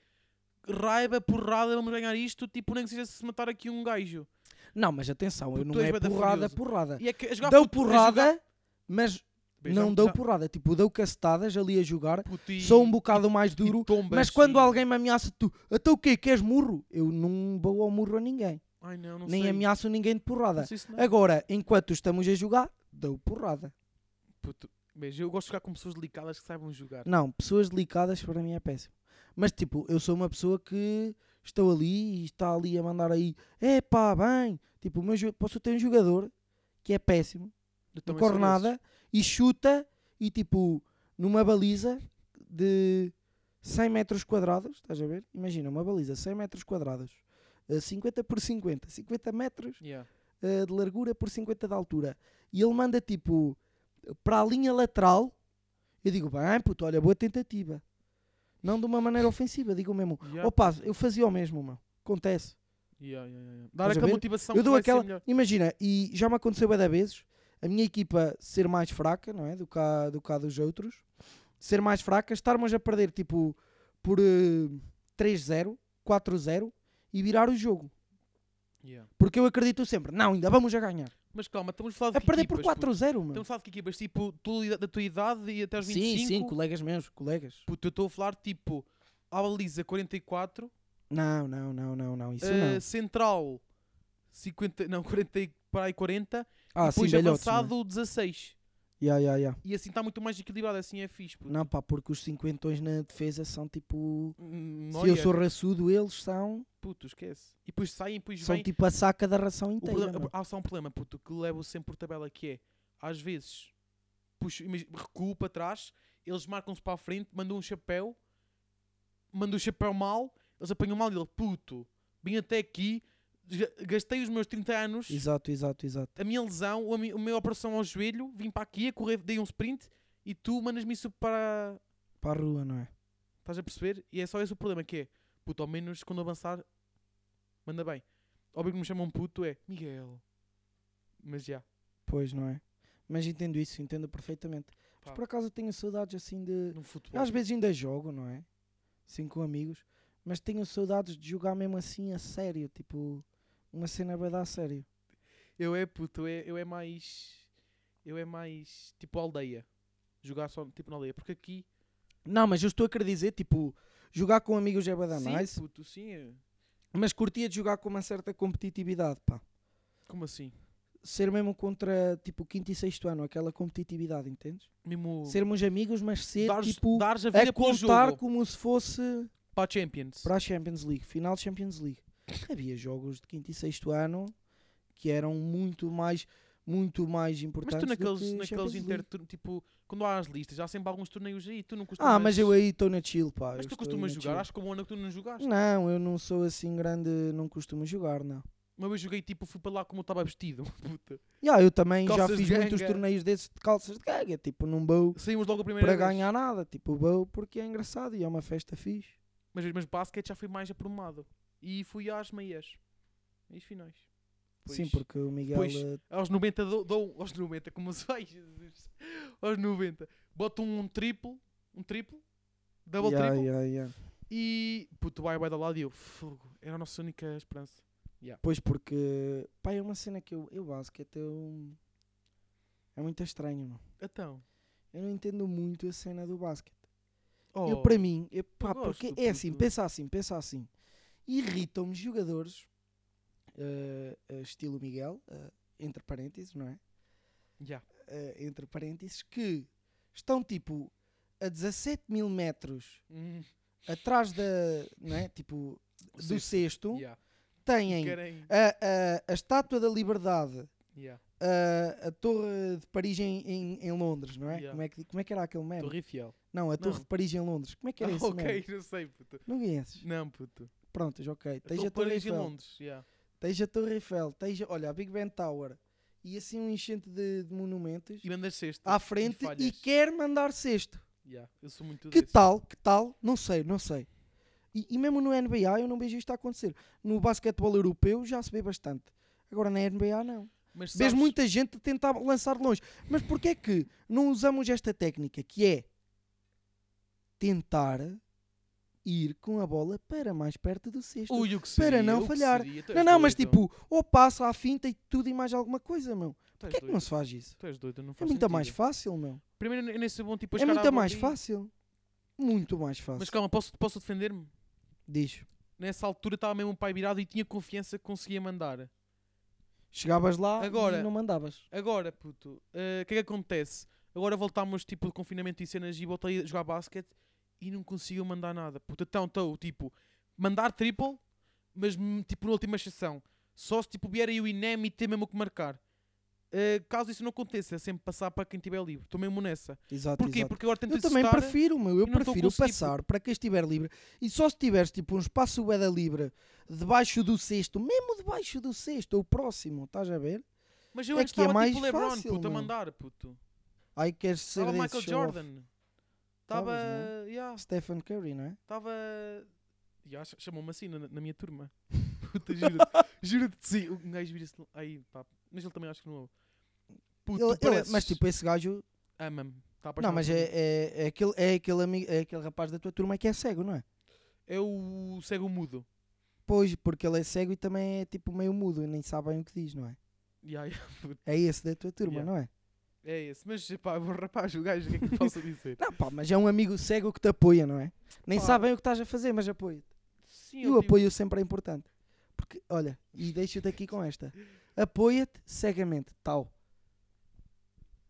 Speaker 3: raiva, porrada, vamos ganhar isto, tipo, nem que seja se matar aqui um gajo.
Speaker 2: Não, mas atenção, eu
Speaker 3: Puto,
Speaker 2: não
Speaker 3: tu és
Speaker 2: é
Speaker 3: bué da
Speaker 2: porrada,
Speaker 3: furioso.
Speaker 2: porrada.
Speaker 3: E é que a jogar
Speaker 2: Dou
Speaker 3: fute- a
Speaker 2: porrada,
Speaker 3: jogar-
Speaker 2: mas
Speaker 3: Bem,
Speaker 2: não
Speaker 3: já-
Speaker 2: dou
Speaker 3: já-
Speaker 2: porrada. Tipo, dou castadas ali a jogar.
Speaker 3: puto, e-
Speaker 2: Sou um bocado mais
Speaker 3: e
Speaker 2: duro.
Speaker 3: tombas,
Speaker 2: Mas quando
Speaker 3: e-
Speaker 2: alguém me ameaça, tu, até o quê? Queres murro? Eu não vou ao murro a ninguém.
Speaker 3: Ai, não, não
Speaker 2: Nem
Speaker 3: sei.
Speaker 2: ameaço ninguém de porrada.
Speaker 3: Não sei se não. é,
Speaker 2: Agora, enquanto estamos a jogar, dou porrada.
Speaker 3: Puto, mas eu gosto de jogar com pessoas delicadas que saibam jogar.
Speaker 2: Não, pessoas delicadas para mim é péssimo. Mas tipo, eu sou uma pessoa que estou ali e está ali a mandar aí, é pá, bem. Tipo, o meu jo- posso ter um jogador que é péssimo,
Speaker 3: Eu
Speaker 2: não
Speaker 3: também
Speaker 2: corre
Speaker 3: sou
Speaker 2: nada e chuta e tipo, numa baliza de 100 metros quadrados, estás a ver? Imagina, uma baliza 100 metros quadrados, eh, 50 por 50, 50 metros
Speaker 3: desses. Yeah.
Speaker 2: eh, de largura por 50 de altura. E ele manda tipo para a linha lateral. Eu digo, bem, puto, olha, boa tentativa. Não de uma maneira ofensiva, digo mesmo.
Speaker 3: Yeah.
Speaker 2: Opa, eu fazia o mesmo, meu. Acontece.
Speaker 3: Yeah, yeah, yeah, yeah. Dar
Speaker 2: Estás a
Speaker 3: aquela
Speaker 2: ver?
Speaker 3: motivação
Speaker 2: eu
Speaker 3: que
Speaker 2: dou
Speaker 3: Então, vai ser
Speaker 2: aquela.
Speaker 3: melhor.
Speaker 2: Imagina, e já me aconteceu bué da vezes a minha equipa ser mais fraca, não é? Do que a, do que a dos outros, ser mais fraca, estarmos a perder tipo por eh, 3-0, 4-0 e virar o jogo.
Speaker 3: Yeah.
Speaker 2: Porque eu acredito sempre, não, ainda vamos a ganhar.
Speaker 3: Mas calma, estamos a falar de
Speaker 2: A
Speaker 3: que
Speaker 2: perder por
Speaker 3: equipas, puto? Então,
Speaker 2: 4-0, meu.
Speaker 3: Estamos a falar de que equipas, tipo, tu da tua idade e até aos 25.
Speaker 2: Sim, sim, colegas meus, colegas.
Speaker 3: Puto, eu estou a falar, tipo, à baliza 44,
Speaker 2: Não, não, não, não, não, isso
Speaker 3: eh,
Speaker 2: não.
Speaker 3: central 50, não, 40 e- para aí 40,
Speaker 2: Ah, sim,
Speaker 3: depois
Speaker 2: velhotes. não é?
Speaker 3: avançado 16.
Speaker 2: Ya, ya, ya.
Speaker 3: E assim está muito mais equilibrado, assim é fixe, puto.
Speaker 2: Não, pá, porque os cinquentões na defesa são tipo...
Speaker 3: Hum,
Speaker 2: Se eu
Speaker 3: Neuer,
Speaker 2: sou raçudo, eles são...
Speaker 3: Puto, esquece. E depois saem, depois
Speaker 2: São
Speaker 3: vêm,
Speaker 2: tipo a saca da ração
Speaker 3: O
Speaker 2: inteira.
Speaker 3: problema-
Speaker 2: meu.
Speaker 3: há só um problema, puto, que levo sempre por tabela, que é, às vezes, puxo, imagi- recuo para trás, eles marcam-se para a frente, mandam um chapéu, mandam o chapéu mal, eles apanham mal e ele, puto, vim até aqui, ga- gastei os meus 30 anos,
Speaker 2: é? Exato, exato, exato.
Speaker 3: a minha lesão, a mi- a minha, operação ao joelho, vim para aqui, a correr, dei um sprint, e tu mandas-me isso para...
Speaker 2: Para a rua, não é?
Speaker 3: Estás a perceber? E é só esse o problema, que é, puto, ao menos, quando avançar, manda bem. Óbvio que me chamam puto é, Miguel... Mas já.
Speaker 2: Pois, não é? Mas entendo isso, entendo perfeitamente. Mas
Speaker 3: Pá.
Speaker 2: por acaso eu tenho saudades assim de...
Speaker 3: no
Speaker 2: Eu
Speaker 3: futebol.
Speaker 2: às vezes ainda jogo, não é? Assim com amigos. Mas tenho saudades de jogar mesmo assim a sério. Tipo, uma cena vai dar a sério.
Speaker 3: Eu é puto, eu é, eu é mais. Eu é mais tipo aldeia. Jogar só tipo na aldeia. Porque aqui
Speaker 2: Não, mas eu estou a querer dizer, tipo, jogar com amigos é bada
Speaker 3: sim,
Speaker 2: nice,
Speaker 3: puto, sim. é.
Speaker 2: mas curtia de jogar com uma certa competitividade, pá.
Speaker 3: Como assim?
Speaker 2: Ser mesmo contra, tipo, quinto e sexto ano, aquela competitividade, entendes?
Speaker 3: Mesmo
Speaker 2: Sermos amigos, mas ser,
Speaker 3: dares,
Speaker 2: tipo,
Speaker 3: dares a vida
Speaker 2: a
Speaker 3: pelo
Speaker 2: contar
Speaker 3: jogo.
Speaker 2: como se fosse
Speaker 3: Para a Champions.
Speaker 2: para a Champions League, final de Champions League. Havia jogos de quinto e sexto ano que eram muito mais, muito mais importantes
Speaker 3: Mas tu
Speaker 2: do
Speaker 3: naqueles,
Speaker 2: que Champions
Speaker 3: naqueles
Speaker 2: League.
Speaker 3: inter... Tipo, quando há as listas, há sempre alguns torneios aí. Tu não costumas...
Speaker 2: Ah, mas eu aí estou na chill, pá.
Speaker 3: Mas
Speaker 2: eu
Speaker 3: tu
Speaker 2: estou
Speaker 3: costumas
Speaker 2: aí na Hum.
Speaker 3: jogar?
Speaker 2: chill.
Speaker 3: Acho que o ano que tu não jogaste.
Speaker 2: Não, eu não sou assim grande, não costumo jogar, não.
Speaker 3: Mas eu joguei, tipo, fui para lá como eu estava vestido. Puta.
Speaker 2: Yeah, eu também já
Speaker 3: Calças
Speaker 2: fiz
Speaker 3: de
Speaker 2: muitos
Speaker 3: ganga.
Speaker 2: torneios desses de calças de gaga, tipo, não vou
Speaker 3: Saímos logo a primeira
Speaker 2: para
Speaker 3: vez.
Speaker 2: ganhar nada, tipo, vou porque é engraçado e é uma festa fixe.
Speaker 3: Mas, mas basquete já fui mais aprumado. E fui às meias. Meias finais. Pois.
Speaker 2: Sim, porque o Miguel
Speaker 3: pois.
Speaker 2: eh,
Speaker 3: Aos 90 dou, dou- um, aos 90, como se vai, Jesus. Aos 90. Boto um triplo, um triplo, double
Speaker 2: yeah,
Speaker 3: triplo
Speaker 2: yeah, yeah.
Speaker 3: e puto vai vai da lado e eu, fogo, era a nossa única esperança.
Speaker 2: Pois porque, pá, é uma cena que eu, eu basquete, eu é muito estranho, mano.
Speaker 3: Então,
Speaker 2: Eu não entendo muito a cena do basquete.
Speaker 3: oh,
Speaker 2: Eu para mim, eu, pá,
Speaker 3: gosto,
Speaker 2: porque é assim,
Speaker 3: puto.
Speaker 2: pensa assim, pensa assim. Irritam-me jogadores eh, eh, estilo Miguel, eh, entre parênteses, não é?
Speaker 3: já.
Speaker 2: eh, entre parênteses, que estão tipo a 17 mil metros
Speaker 3: Hum,
Speaker 2: atrás da, não é? tipo, do
Speaker 3: Sexto,
Speaker 2: cesto,
Speaker 3: já.
Speaker 2: têm
Speaker 3: Querem-
Speaker 2: a, a, a Estátua da Liberdade,
Speaker 3: já.
Speaker 2: a, a Torre de Paris em, em, em Londres, não é?
Speaker 3: Yeah.
Speaker 2: Como, é que, como é que era aquele meme?
Speaker 3: Torre Eiffel.
Speaker 2: Não, a Torre
Speaker 3: Não.
Speaker 2: de Paris em Londres. Como é que era
Speaker 3: Ah,
Speaker 2: esse
Speaker 3: ok,
Speaker 2: meme?
Speaker 3: não sei, puto.
Speaker 2: Não conheces?
Speaker 3: Não, puto.
Speaker 2: Prontos, ok. Tens
Speaker 3: Estou
Speaker 2: a Torre
Speaker 3: Paris e
Speaker 2: Eiffel,
Speaker 3: Londres, já.
Speaker 2: tens a Torre Eiffel, tens, a- olha, a Big Ben Tower e assim um enchente de, de monumentos
Speaker 3: E mandas sexto.
Speaker 2: à frente e,
Speaker 3: falhas.
Speaker 2: quer mandar cesto.
Speaker 3: Já, Eu sou muito
Speaker 2: Que
Speaker 3: desse.
Speaker 2: tal, que tal, não sei, não sei. E, e mesmo no NBA eu não vejo isto a acontecer. No basquetebol europeu já se vê bastante. Agora na NBA não.
Speaker 3: Mas
Speaker 2: Vês
Speaker 3: sabes-
Speaker 2: muita gente a tentar lançar de longe. Mas porquê é que não usamos esta técnica que é tentar ir com a bola para mais perto do cesto?
Speaker 3: Ui, o que
Speaker 2: para
Speaker 3: seria,
Speaker 2: não
Speaker 3: o que
Speaker 2: falhar.
Speaker 3: seria? Tu
Speaker 2: não,
Speaker 3: és
Speaker 2: não, mas
Speaker 3: doido.
Speaker 2: tipo, ou passa à finta e tudo e mais alguma coisa, meu.
Speaker 3: Tu és
Speaker 2: Porquê é que
Speaker 3: doido.
Speaker 2: não se faz isso?
Speaker 3: Tu és doido, não
Speaker 2: É
Speaker 3: faz
Speaker 2: muito mais
Speaker 3: sentido.
Speaker 2: fácil, meu.
Speaker 3: Primeiro, eu nem sou bom tipo a
Speaker 2: é
Speaker 3: chegar à
Speaker 2: muito mais
Speaker 3: bolinha.
Speaker 2: fácil. Muito mais fácil.
Speaker 3: Mas calma, posso, posso defender-me?
Speaker 2: Diz.
Speaker 3: Nessa altura estava mesmo um pai virado e tinha confiança que conseguia mandar.
Speaker 2: Chegavas lá
Speaker 3: Agora-
Speaker 2: e não mandavas.
Speaker 3: Agora, puto, eh, o que é que acontece? Agora voltámos tipo de confinamento e cenas e voltei a jogar basquete e não consigo mandar nada. Puto, então, então, tipo, mandar triple, mas hum, tipo na última exceção. Só se tipo vier aí o INEM e ter mesmo o que marcar. Eh, caso isso não aconteça, é sempre passar para quem estiver livre. Estou mesmo nessa.
Speaker 2: Exato,
Speaker 3: Porquê?
Speaker 2: exato.
Speaker 3: Porque agora tento
Speaker 2: Eu também
Speaker 3: testar-
Speaker 2: prefiro, meu.
Speaker 3: e
Speaker 2: Eu
Speaker 3: não tô
Speaker 2: prefiro
Speaker 3: conseguindo.
Speaker 2: passar para quem estiver livre. E só se tiveres tipo um espaço da livre debaixo do cesto, mesmo debaixo do cesto, ou próximo, estás a ver?
Speaker 3: Mas eu
Speaker 2: É
Speaker 3: antes
Speaker 2: que é
Speaker 3: estava tipo
Speaker 2: mais
Speaker 3: LeBron,
Speaker 2: fácil,
Speaker 3: puto, a
Speaker 2: meu.
Speaker 3: mandar, puto.
Speaker 2: Aí queres ser
Speaker 3: Estava
Speaker 2: desse
Speaker 3: Michael
Speaker 2: show off.
Speaker 3: Jordan. Estava.
Speaker 2: Estavas, não
Speaker 3: yeah,
Speaker 2: Stephen Curry, não é?
Speaker 3: Estava. Yeah, ch- Chamou-me assim na, na minha turma. Puta, juro. Juro-te, sim. Um gajo vira-se. Aí, pá. Mas ele também acho que não ouve. Puto,
Speaker 2: Ele-
Speaker 3: tu
Speaker 2: ele-
Speaker 3: pareces-
Speaker 2: mas tipo, esse gajo.
Speaker 3: Ama-me.
Speaker 2: não,
Speaker 3: Tá apaixonado
Speaker 2: mas
Speaker 3: por
Speaker 2: é,
Speaker 3: mim.
Speaker 2: é, é aquele, é, aquele amigo, é aquele rapaz da tua turma que é cego, não é?
Speaker 3: É o cego mudo.
Speaker 2: Pois, porque ele é cego e também é tipo meio mudo e nem sabe bem o que diz, não é?
Speaker 3: Yeah, yeah, puto,
Speaker 2: É esse da tua turma,
Speaker 3: Yeah.
Speaker 2: não é?
Speaker 3: É esse. Mas, pá, bom rapaz, o gajo, o que é que lhe posso dizer?
Speaker 2: Não, pá, mas é um amigo cego que te apoia, não é? Nem
Speaker 3: Pá.
Speaker 2: sabem o que estás a fazer, mas apoia-te.
Speaker 3: Sim,
Speaker 2: E
Speaker 3: eu
Speaker 2: o
Speaker 3: digo-
Speaker 2: apoio sempre é importante. Porque, olha, e deixo-te aqui com esta. Apoia-te cegamente, tal.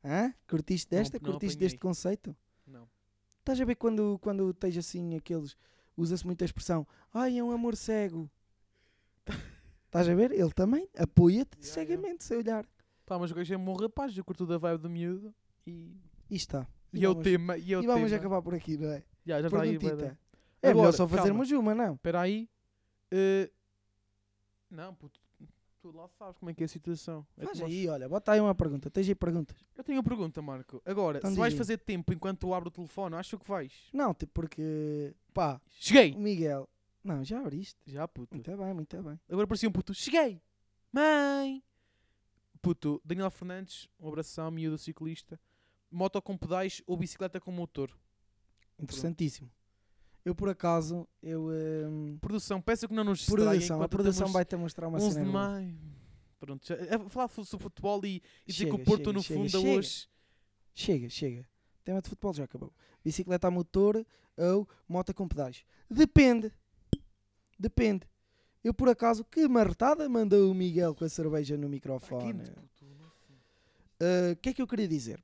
Speaker 2: Hã? Curtiste
Speaker 3: Não,
Speaker 2: desta?
Speaker 3: não
Speaker 2: Curtiste
Speaker 3: apanhei.
Speaker 2: deste conceito?
Speaker 3: Não.
Speaker 2: Estás a ver quando, quando tens assim aqueles. Usa-se muito a expressão. Ai, é um amor cego. Estás a ver? Ele também apoia-te
Speaker 3: Yeah,
Speaker 2: cegamente, sem olhar.
Speaker 3: Pá, mas o gajo é um bom rapaz. Eu curto da vibe do miúdo. E.
Speaker 2: E está.
Speaker 3: E é o
Speaker 2: vamos-
Speaker 3: tema. E é o
Speaker 2: E vamos
Speaker 3: tema.
Speaker 2: acabar por aqui, não é?
Speaker 3: Yeah, já está aí, bué da-
Speaker 2: Perguntita. É melhor
Speaker 3: Agora,
Speaker 2: só
Speaker 3: calma.
Speaker 2: fazermos uma, não?
Speaker 3: Espera aí. Eh, Não, puto. Tu lá sabes como é que é a situação. É
Speaker 2: Faz
Speaker 3: como
Speaker 2: aí, olha, bota aí uma pergunta. Tens aí perguntas?
Speaker 3: Eu tenho uma pergunta, Marco. Agora,
Speaker 2: Então
Speaker 3: se
Speaker 2: diz
Speaker 3: vais
Speaker 2: aí.
Speaker 3: fazer tempo enquanto eu abro o telefone, acho que vais.
Speaker 2: Não, tipo, porque. Pá, o
Speaker 3: Cheguei!
Speaker 2: Miguel. Não, já abriste.
Speaker 3: Já, puto.
Speaker 2: Muito bem, muito bem.
Speaker 3: Agora parecia um puto. Cheguei! Mãe! Puto, Daniel Fernandes, um abração, miúdo ciclista. Moto com pedais ou bicicleta com motor?
Speaker 2: Interessantíssimo. Eu, por acaso, eu. hum,
Speaker 3: Produção, peço que não nos distraia
Speaker 2: produção, a
Speaker 3: enquanto
Speaker 2: produção
Speaker 3: temos
Speaker 2: vai-te mostrar uma
Speaker 3: 11
Speaker 2: cena.
Speaker 3: de
Speaker 2: boa.
Speaker 3: maio. Pronto, já, é falar sobre futebol e, e dizer que
Speaker 2: Chega,
Speaker 3: o Porto
Speaker 2: chega,
Speaker 3: no
Speaker 2: chega,
Speaker 3: fundo
Speaker 2: chega.
Speaker 3: hoje.
Speaker 2: Chega, chega. Tema de futebol já acabou. Bicicleta a motor ou moto com pedais. Depende. Depende. Eu por acaso, que marretada mandou o Miguel com a cerveja no microfone.
Speaker 3: Quente, puto.
Speaker 2: Uh, O que é que eu queria dizer?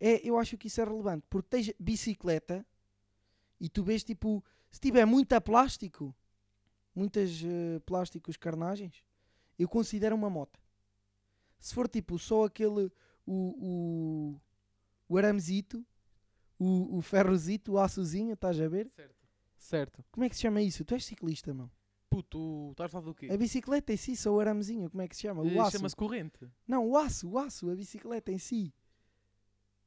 Speaker 2: É, eu acho que isso é relevante, porque tens bicicleta e tu vês tipo, se tiver muita plástico, muitas eh, plásticos carnagens, eu considero uma moto. Se for tipo só aquele, o, o, o aramezito, o, o ferrozito, o açozinho, estás a ver?
Speaker 3: Certo. Certo.
Speaker 2: Como é que se chama isso? Tu és ciclista, mano.
Speaker 3: Puto, estás a falar do quê?
Speaker 2: A bicicleta em si, só o aramezinho, como é que se chama? É O
Speaker 3: Eh,
Speaker 2: aço.
Speaker 3: Chama-se corrente.
Speaker 2: Não, o aço, o aço, a bicicleta em si.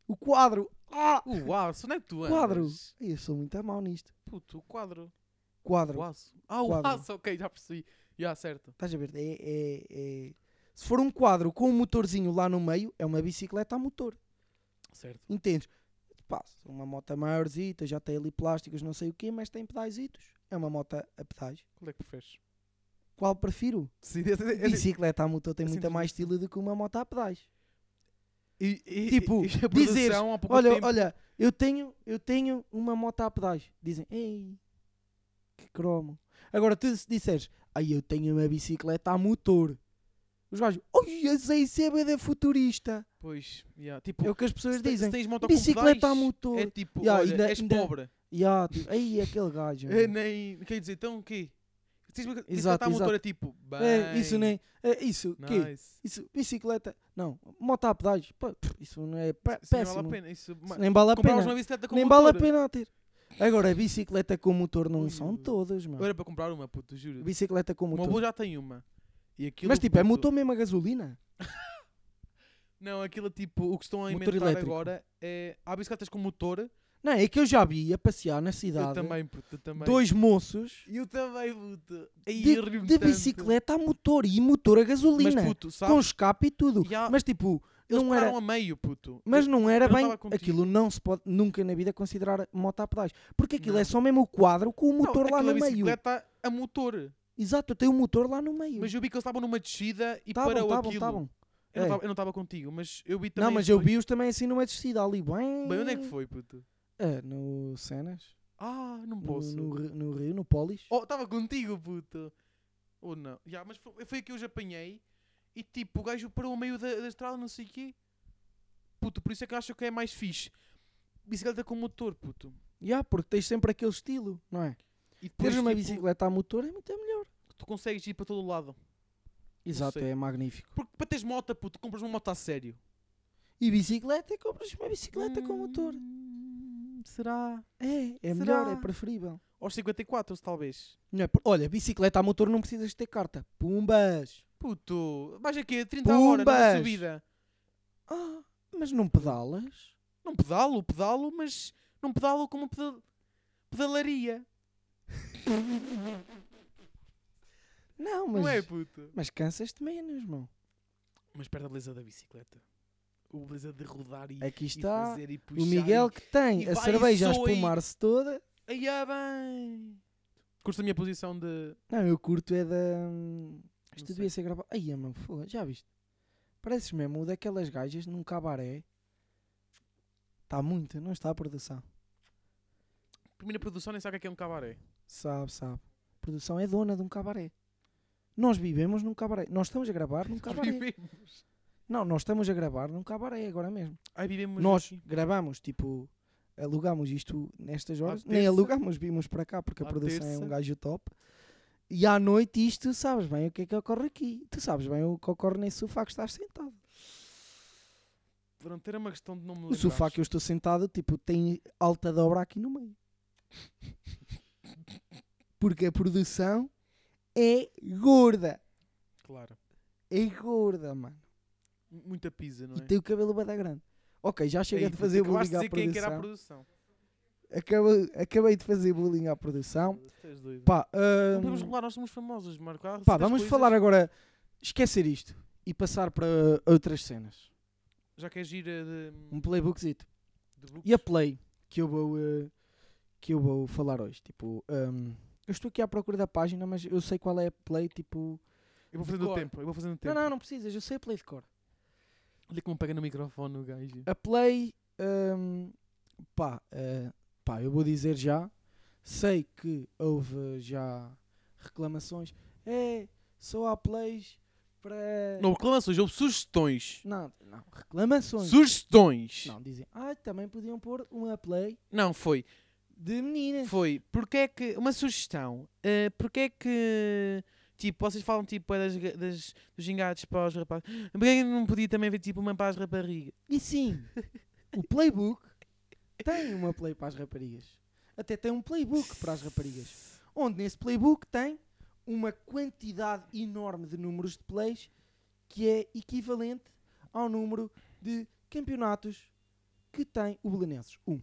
Speaker 2: O quadro. Ah!
Speaker 3: O aço, onde é que tu andas?
Speaker 2: Quadro. Ai, Eu sou muito mau nisto.
Speaker 3: Puto, o quadro.
Speaker 2: Quadro.
Speaker 3: O aço. Ah, o
Speaker 2: Quadro.
Speaker 3: aço, ok, já percebi. Já, certo.
Speaker 2: Estás a ver? É, é- é- Se for um quadro com um motorzinho lá no meio, é uma bicicleta a motor.
Speaker 3: Certo.
Speaker 2: Entendes? Pá, se uma moto é maiorzita, já tem ali plásticos, não sei o quê, mas tem pedaizitos. É uma moto a pedais.
Speaker 3: Qual é que preferes?
Speaker 2: Qual prefiro?
Speaker 3: Decide-
Speaker 2: Bicicleta a motor tem
Speaker 3: assim, é
Speaker 2: muita
Speaker 3: simples
Speaker 2: mais
Speaker 3: assim.
Speaker 2: estilo do que uma moto a pedais.
Speaker 3: E- e-
Speaker 2: Tipo,
Speaker 3: e a produção
Speaker 2: dizeres,
Speaker 3: há pouco
Speaker 2: Olha,
Speaker 3: tempo-
Speaker 2: olha, eu tenho, eu tenho uma moto a pedais. Dizem, ei, que cromo. Agora, tu se disseres, ai, eu tenho uma bicicleta a motor. Os gajos, oi, a ZCBD futurista.
Speaker 3: Pois, yeah, tipo,
Speaker 2: É o que as pessoas
Speaker 3: se, te-
Speaker 2: dizem.
Speaker 3: se tens moto com
Speaker 2: Bicicleta
Speaker 3: pedais,
Speaker 2: a motor.
Speaker 3: É tipo,
Speaker 2: Yeah,
Speaker 3: olha,
Speaker 2: ainda-
Speaker 3: és
Speaker 2: ainda-
Speaker 3: pobre.
Speaker 2: E há, tipo, ei, aquele gajo. meu."
Speaker 3: É, nem. Quer dizer, então o quê? Se tens bici-
Speaker 2: Exato,
Speaker 3: bicicleta a motor é tipo. Bem,
Speaker 2: É, isso nem. É, isso, quê?
Speaker 3: Nice.
Speaker 2: Isso, bicicleta. Não, moto a pedais. pá, pff, Isso não é pé-
Speaker 3: Isso nem
Speaker 2: péssimo.
Speaker 3: vale a pena. Isso, ma-
Speaker 2: Isso nem vale a
Speaker 3: Compravas
Speaker 2: pena.
Speaker 3: uma bicicleta com
Speaker 2: Nem
Speaker 3: motor.
Speaker 2: vale a pena a ter. Agora, a bicicleta com motor não
Speaker 3: Ui,
Speaker 2: são
Speaker 3: ui, ui.
Speaker 2: todas, mano.
Speaker 3: Eu era para comprar uma, puto, juro.
Speaker 2: Bicicleta com
Speaker 3: O meu
Speaker 2: motor.
Speaker 3: avô já tem uma. E aquilo,
Speaker 2: Mas tipo, é
Speaker 3: puto-
Speaker 2: motor mesmo a gasolina?
Speaker 3: Não, aquilo é tipo, o que estão a
Speaker 2: Motor
Speaker 3: inventar
Speaker 2: elétrico.
Speaker 3: agora é. Há bicicletas com motor.
Speaker 2: Não, é que eu já vi a passear na
Speaker 3: Eu
Speaker 2: cidade
Speaker 3: também, puto, eu também.
Speaker 2: dois moços
Speaker 3: Eu também, puto. Aí
Speaker 2: de,
Speaker 3: eu rio-me
Speaker 2: de
Speaker 3: tanto.
Speaker 2: bicicleta a motor e motor a
Speaker 3: Mas
Speaker 2: gasolina.
Speaker 3: puto, sabes?
Speaker 2: com escape e tudo.
Speaker 3: Já-
Speaker 2: Mas tipo,
Speaker 3: Eles
Speaker 2: não era.
Speaker 3: pararam a meio, puto.
Speaker 2: Mas não era
Speaker 3: eu não
Speaker 2: bem.
Speaker 3: tava contigo.
Speaker 2: Aquilo não se pode nunca na vida considerar moto a pedais. Porque aquilo é
Speaker 3: Não.
Speaker 2: só mesmo o quadro com o motor lá no
Speaker 3: aquela
Speaker 2: meio.
Speaker 3: bicicleta a motor.
Speaker 2: Exato, tem o motor lá no meio.
Speaker 3: Mas eu vi que eles estavam numa descida e
Speaker 2: Tá bom,
Speaker 3: parou
Speaker 2: tá bom,
Speaker 3: aquilo.
Speaker 2: tá bom.
Speaker 3: Eu não
Speaker 2: É.
Speaker 3: tava- eu não estava contigo, mas eu vi também.
Speaker 2: Não, mas eu
Speaker 3: depois.
Speaker 2: vi-os também assim numa descida ali. Bem,
Speaker 3: Bem, onde é que foi, puto?
Speaker 2: É, no Cenas.
Speaker 3: Ah, não
Speaker 2: No,
Speaker 3: posso.
Speaker 2: no Ri- no Rio, no Polis.
Speaker 3: Oh, estava contigo, puto. Ou não? Já, mas foi, foi que eu os apanhei e tipo, o gajo parou ao meio da, da estrada, não sei o quê. Puto, por isso é que eu acho que é mais fixe. Bicicleta com motor, puto.
Speaker 2: Ya, porque tens sempre aquele estilo, não é?
Speaker 3: E depois
Speaker 2: Teres uma
Speaker 3: tipo,
Speaker 2: bicicleta a motor é muito melhor.
Speaker 3: tu consegues ir para todo o lado.
Speaker 2: Exato,
Speaker 3: sei.
Speaker 2: é magnífico.
Speaker 3: Porque para teres moto, puto, compras uma moto a sério.
Speaker 2: E bicicleta, compras uma bicicleta com motor.
Speaker 3: Hum, Será?
Speaker 2: É, é
Speaker 3: Será?
Speaker 2: melhor, é preferível.
Speaker 3: Aos 54, talvez.
Speaker 2: Não é por- Olha, bicicleta a motor não precisas ter carta. Pumbas!
Speaker 3: Puto, vais aqui a 30 horas
Speaker 2: Pumbas!
Speaker 3: na subida.
Speaker 2: Ah, mas não pedalas?
Speaker 3: Não pedalo, pedalo, mas não pedalo como peda- pedalaria.
Speaker 2: Não, mas,
Speaker 3: Não é, puto?
Speaker 2: mas cansas-te menos, mão.
Speaker 3: Mas perde a beleza da bicicleta. O beleza de rodar e,
Speaker 2: Aqui
Speaker 3: e
Speaker 2: está
Speaker 3: fazer e puxar.
Speaker 2: o Miguel que tem
Speaker 3: e
Speaker 2: a
Speaker 3: vai
Speaker 2: cerveja a
Speaker 3: só aí.
Speaker 2: espumar-se toda.
Speaker 3: E... Ai, ah, bem. Curto a minha posição de...
Speaker 2: Não, eu curto é da... hum, Isto
Speaker 3: sei.
Speaker 2: devia ser gravado. Aí, mano, foda, já viste? Pareces mesmo o daquelas gajas num cabaré. Está muito, não está a produção.
Speaker 3: Primeira produção nem sabe o que é que é um cabaré.
Speaker 2: Sabe, sabe. A produção é dona de um cabaré. Nós vivemos num cabaré. Nós estamos a gravar num Um cabaré.
Speaker 3: Vivemos.
Speaker 2: Não, nós estamos a gravar num cabaré agora mesmo.
Speaker 3: Ai, vivemos
Speaker 2: nós
Speaker 3: aqui.
Speaker 2: gravamos, tipo, alugamos isto nestas horas.
Speaker 3: À
Speaker 2: Nem
Speaker 3: terça.
Speaker 2: alugamos, vimos para cá porque a
Speaker 3: À
Speaker 2: produção é um
Speaker 3: terça.
Speaker 2: gajo top. E à noite isto, sabes bem o que é que ocorre aqui. Tu sabes bem o que ocorre nesse sofá que estás sentado.
Speaker 3: Pronto, era uma questão de não me
Speaker 2: O sofá
Speaker 3: lembrares.
Speaker 2: que eu estou sentado, tipo, tem alta dobra aqui no meio. Porque a produção é gorda.
Speaker 3: Claro.
Speaker 2: É gorda, mano.
Speaker 3: M- Muita pizza, não é?
Speaker 2: E tem o cabelo bada grande. Ok, já cheguei
Speaker 3: Ei,
Speaker 2: de
Speaker 3: puto,
Speaker 2: fazer bullying
Speaker 3: acabaste de
Speaker 2: à
Speaker 3: dizer quem é que era a
Speaker 2: produção.
Speaker 3: produção.
Speaker 2: Acabei, acabei de fazer bullying à produção.
Speaker 3: Tu és doido.
Speaker 2: Pá,
Speaker 3: Não
Speaker 2: hum,
Speaker 3: podemos revelar, nós somos famosos, Marco. Há
Speaker 2: pá,
Speaker 3: certas
Speaker 2: vamos
Speaker 3: coisas-
Speaker 2: falar agora. Esquecer isto e passar para outras cenas.
Speaker 3: Já que é gira de,
Speaker 2: Um playbookzito.
Speaker 3: de book.
Speaker 2: E a play que eu vou, eh, que eu vou falar hoje. Tipo, hum, eu estou aqui à procura da página, mas eu sei qual é a play. Tipo,
Speaker 3: Eu vou fazendo o
Speaker 2: Decor.
Speaker 3: tempo, eu vou fazendo o tempo.
Speaker 2: não, não, não precisas. Eu sei a play de cor.
Speaker 3: Olha como pega no microfone o gajo.
Speaker 2: A play Hum, pá, eh, pá, eu vou dizer já. Sei que houve já reclamações. É, só há plays para.
Speaker 3: Não reclamações, houve sugestões.
Speaker 2: não, não, reclamações.
Speaker 3: Sugestões. Não,
Speaker 2: Não, dizem. Ah, também podiam pôr uma play
Speaker 3: foi.
Speaker 2: de meninas.
Speaker 3: Foi. Porque é que. Uma sugestão. eh, porque é que. Tipo, vocês falam tipo é das, ga- das- dos gingados para os rapazes. Porque é que não podia também haver tipo uma para as raparigas?
Speaker 2: E sim, o playbook tem uma play para as raparigas. Até tem um playbook para as raparigas. Onde nesse playbook tem uma quantidade enorme de números de plays que é equivalente ao número de campeonatos que tem o Belenenses. Um.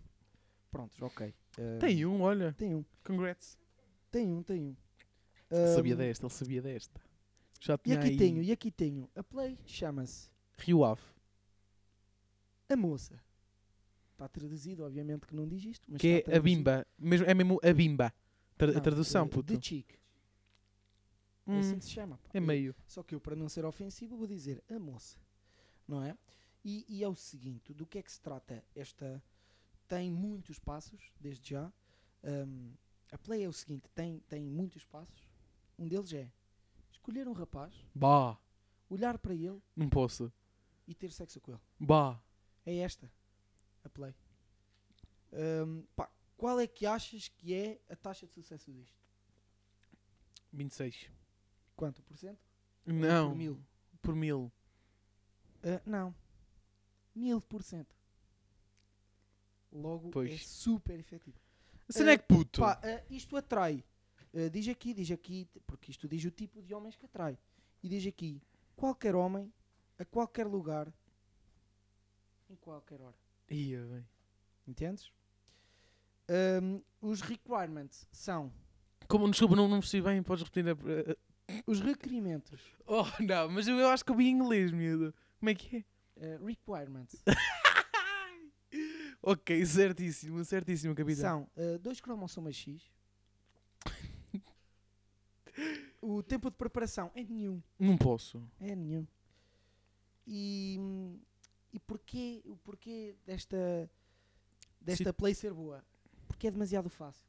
Speaker 2: Prontos, ok. Ah,
Speaker 3: Tem um, olha.
Speaker 2: Tem um,
Speaker 3: Congrats.
Speaker 2: tem um, tem um.
Speaker 3: Ele
Speaker 2: Ah,
Speaker 3: sabia desta, ele sabia desta. Já
Speaker 2: E
Speaker 3: tinha
Speaker 2: aqui
Speaker 3: aí
Speaker 2: tenho, e aqui tenho. A play chama-se
Speaker 3: Rio Ave.
Speaker 2: A Moça. Está traduzido, obviamente que não diz isto. Mas
Speaker 3: que
Speaker 2: está
Speaker 3: é a
Speaker 2: traduzido.
Speaker 3: bimba. Mesmo, é mesmo a bimba. Tra- a
Speaker 2: Não,
Speaker 3: tradução,
Speaker 2: eh,
Speaker 3: puto.
Speaker 2: The Chick.
Speaker 3: Hum,
Speaker 2: É assim que se chama. pá.
Speaker 3: é meio.
Speaker 2: Só que eu, para não ser ofensivo, vou dizer a moça. Não é? E, e é o seguinte: do que é que se trata esta. Tem muitos passos, desde já. Hum, a play é o seguinte: tem, tem muitos passos. Um deles é escolher um rapaz,
Speaker 3: Bah.
Speaker 2: olhar para ele
Speaker 3: Não posso.
Speaker 2: e ter sexo com ele.
Speaker 3: Bah.
Speaker 2: É esta a play. Hum, pá, qual é que achas que é a taxa de sucesso disto?
Speaker 3: 26.
Speaker 2: Quanto por cento?
Speaker 3: Não.
Speaker 2: Por mil.
Speaker 3: Por mil.
Speaker 2: Ah, não. Mil por cento. Logo, é
Speaker 3: Pois.
Speaker 2: super efetivo.
Speaker 3: Será é que puto?
Speaker 2: Eh, Pá, ah, isto atrai. Ah, diz aqui, diz aqui, porque isto diz o tipo de homens que atrai. E diz aqui, qualquer homem, a qualquer lugar, em qualquer hora.
Speaker 3: Ia, bem.
Speaker 2: Entendes? Ahm, os requirements são
Speaker 3: Como, desculpa, não, não percebi bem. Podes repetir a... a-
Speaker 2: os requerimentos.
Speaker 3: Oh, não. Mas eu, eu acho que eu vi em inglês, miúdo. Como é que é?
Speaker 2: ah, requirements
Speaker 3: Ok, certíssimo, certíssimo, capitão.
Speaker 2: são ah, dois cromossomas X. o tempo de preparação é nenhum.
Speaker 3: Não posso.
Speaker 2: É nenhum. E, e porquê, o porquê desta, desta play ser boa? Porque é demasiado fácil.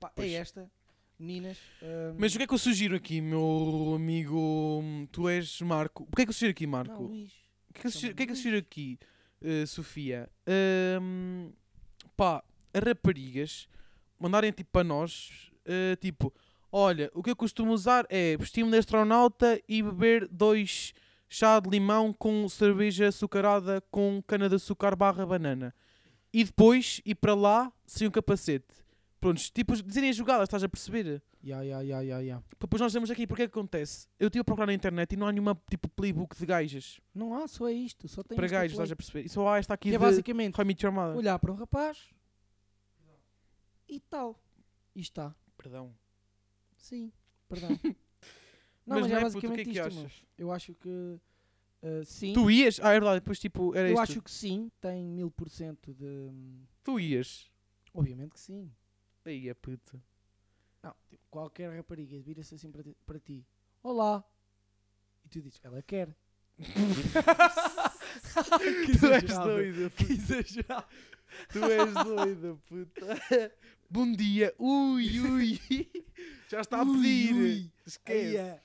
Speaker 2: Pá, é
Speaker 3: Pois.
Speaker 2: esta, meninas. hum,
Speaker 3: Mas o que é que eu sugiro aqui, meu amigo? Tu és Marco. O que é que eu sugiro aqui,
Speaker 2: não,
Speaker 3: Marco?
Speaker 2: Luís.
Speaker 3: O que é que eu sugiro, o que é que eu
Speaker 2: Luís.
Speaker 3: sugiro aqui, eh, Sofia? Ahm, pá, a raparigas mandarem tipo para nós, eh, tipo, olha, o que eu costumo usar é vestir-me de astronauta e beber dois chá de limão com cerveja açucarada com cana de açúcar barra banana. E depois ir para lá sem um capacete. Prontos, tipo, dizerem as jogadas, estás a perceber?
Speaker 2: Ya, ya, ya, ya, ya.
Speaker 3: Depois nós temos aqui, porque é que acontece? Eu estive a procurar na internet e não há nenhuma tipo playbook de gajas.
Speaker 2: Não há, só é isto. Só tem
Speaker 3: para
Speaker 2: esta
Speaker 3: gajos,
Speaker 2: play.
Speaker 3: estás a perceber? E só há esta aqui
Speaker 2: Que é
Speaker 3: de
Speaker 2: basicamente
Speaker 3: How I Met Your Mother.
Speaker 2: olhar para um rapaz e tal. E está.
Speaker 3: Perdão.
Speaker 2: Sim, perdão. Não, mas, é
Speaker 3: não puto,
Speaker 2: basicamente
Speaker 3: o que é que
Speaker 2: isto, meu.
Speaker 3: achas?
Speaker 2: Eu acho que ah, sim.
Speaker 3: Tu ias? Ah, é verdade, depois tipo, era
Speaker 2: eu
Speaker 3: isto.
Speaker 2: acho que sim, tem mil por cento de.
Speaker 3: Tu ias.
Speaker 2: Obviamente que sim.
Speaker 3: Aí é puto.
Speaker 2: Não, tipo, qualquer rapariga vira-se assim para ti, para ti. Olá! E tu dizes, ela quer.
Speaker 3: tu és
Speaker 2: exagerado.
Speaker 3: doida, puto. Tu és doida, puta. Bom dia. Ui, ui. Já está a
Speaker 2: Ui,
Speaker 3: pedir.
Speaker 2: ui.
Speaker 3: Esquece.
Speaker 2: Eia,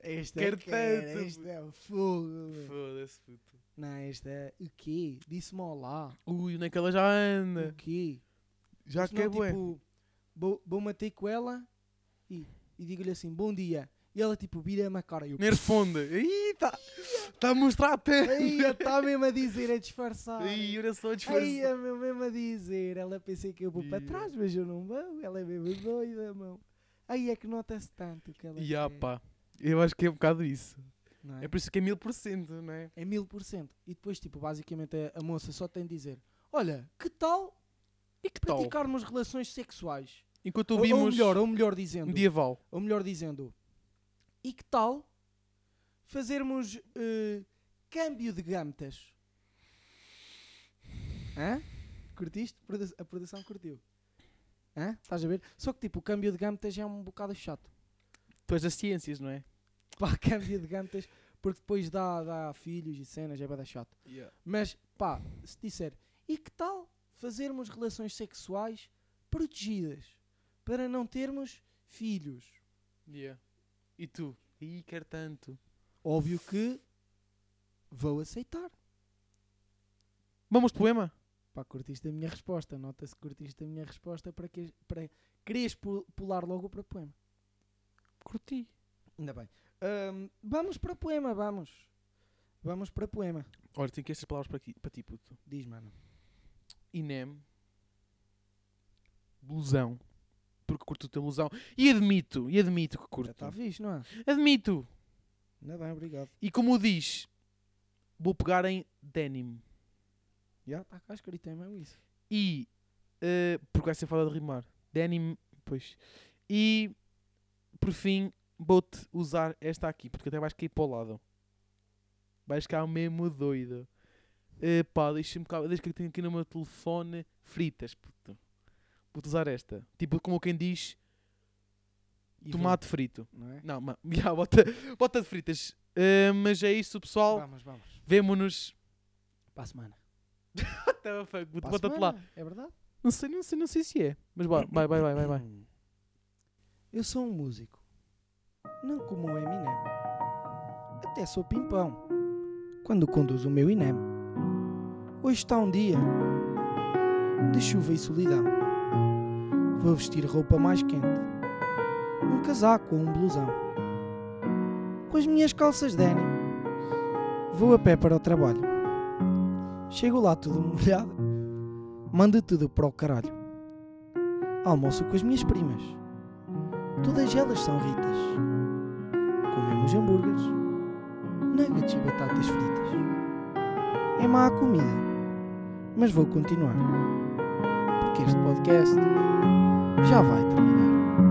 Speaker 2: é? Este
Speaker 3: Quer
Speaker 2: é, quer,
Speaker 3: tanto,
Speaker 2: este é o fogo. meu.
Speaker 3: Foda-se, puto.
Speaker 2: Não, este é o quê? Disse-me olá.
Speaker 3: Ui, onde é que ela já
Speaker 2: O
Speaker 3: anda?
Speaker 2: quê?
Speaker 3: Já
Speaker 2: Senão,
Speaker 3: que é bué.
Speaker 2: tipo, vou, vou matei com ela e, e digo-lhe assim, bom dia. E ela tipo vira-me a cara e eu.
Speaker 3: Nem responde. Ih, está tá a mostrar a
Speaker 2: Eia,
Speaker 3: tela.
Speaker 2: está mesmo a dizer, a disfarçar.
Speaker 3: Ih, olha só a
Speaker 2: Aí
Speaker 3: disfarce.
Speaker 2: é meu mesmo a dizer, ela pensei que eu vou para
Speaker 3: Ia.
Speaker 2: trás, mas eu não vou, ela é mesmo doida, mão. Aí é que nota-se tanto que ela
Speaker 3: E ah,
Speaker 2: quer,
Speaker 3: pá. Eu acho que é um bocado isso.
Speaker 2: não é?
Speaker 3: É por isso que é mil por cento, não é?
Speaker 2: É mil por cento. E depois, tipo, basicamente a, a moça só tem de dizer, olha, que tal
Speaker 3: E que tal?
Speaker 2: praticarmos relações sexuais?
Speaker 3: Enquanto
Speaker 2: Ou,
Speaker 3: ouvimos
Speaker 2: ou melhor, ou melhor dizendo,
Speaker 3: medieval.
Speaker 2: ou melhor dizendo, e que tal fazermos eh, câmbio de gametas? Hã? Curtiste? Produ- A produção curtiu. Hã? Estás a ver? Só que tipo, o câmbio de gametas é um bocado chato.
Speaker 3: Tu és das ciências, não é?
Speaker 2: Pá, câmbio de gametas, porque depois dá, dá filhos e cenas, é bada chato. Mas pá, se disser, E que tal fazermos relações sexuais protegidas para não termos filhos?
Speaker 3: Yeah. E tu? Ih, quer tanto.
Speaker 2: Óbvio que vou aceitar.
Speaker 3: Vamos poema?
Speaker 2: Pá, curtiste a minha resposta. Nota-se que curtiste a minha resposta para que para queres pu- pular logo para poema.
Speaker 3: Curti.
Speaker 2: Ainda bem. Ahm, vamos para poema, vamos. Vamos para poema.
Speaker 3: Olha, tenho aqui estas palavras para, aqui, para ti, puto.
Speaker 2: Diz, mano.
Speaker 3: Inem. Blusão. Porque curto o teu blusão. E admito, e admito que
Speaker 2: Já
Speaker 3: curto.
Speaker 2: está fixe, não é?
Speaker 3: Admito.
Speaker 2: Ainda bem, obrigado.
Speaker 3: E como diz, vou pegar em denim.
Speaker 2: Já está cá escrito, é mesmo isso.
Speaker 3: E. eh, porque vai ser foda de rimar. Denim. Pois. E. Por fim, vou-te usar esta aqui, porque até vais cair para o lado. Vais ficar mesmo doido. Eh, pá, deixa-me cá. Deixa que eu tenho aqui no meu telefone fritas, puto. Vou-te usar esta. Tipo, como quem diz,
Speaker 2: E
Speaker 3: tomate frito.
Speaker 2: vou, Não é?
Speaker 3: Não, ma, já, bota, bota de fritas. Eh, mas é isso, pessoal.
Speaker 2: Vamos, vamos.
Speaker 3: Vemo-nos.
Speaker 2: Para a semana.
Speaker 3: What the fuck?
Speaker 2: Para a
Speaker 3: Bota-te lá.
Speaker 2: semana, É verdade?
Speaker 3: Não sei, não sei, não sei se é. Mas vai, vai, vai, vai, vai, vai.
Speaker 2: Hum. Eu sou um músico, não como o Eminem. Até sou pimpão, quando conduzo o meu Inem. Hoje está um dia de chuva e solidão. Vou vestir roupa mais quente, um casaco ou um blusão. Com as minhas calças denim, vou a pé para o trabalho. Chego lá tudo molhado, mando tudo para o caralho almoço com as minhas primas. Todas elas são ritas. Comemos hambúrgueres, nuggets e batatas fritas. É má a comida, mas vou continuar. Porque este podcast já vai terminar.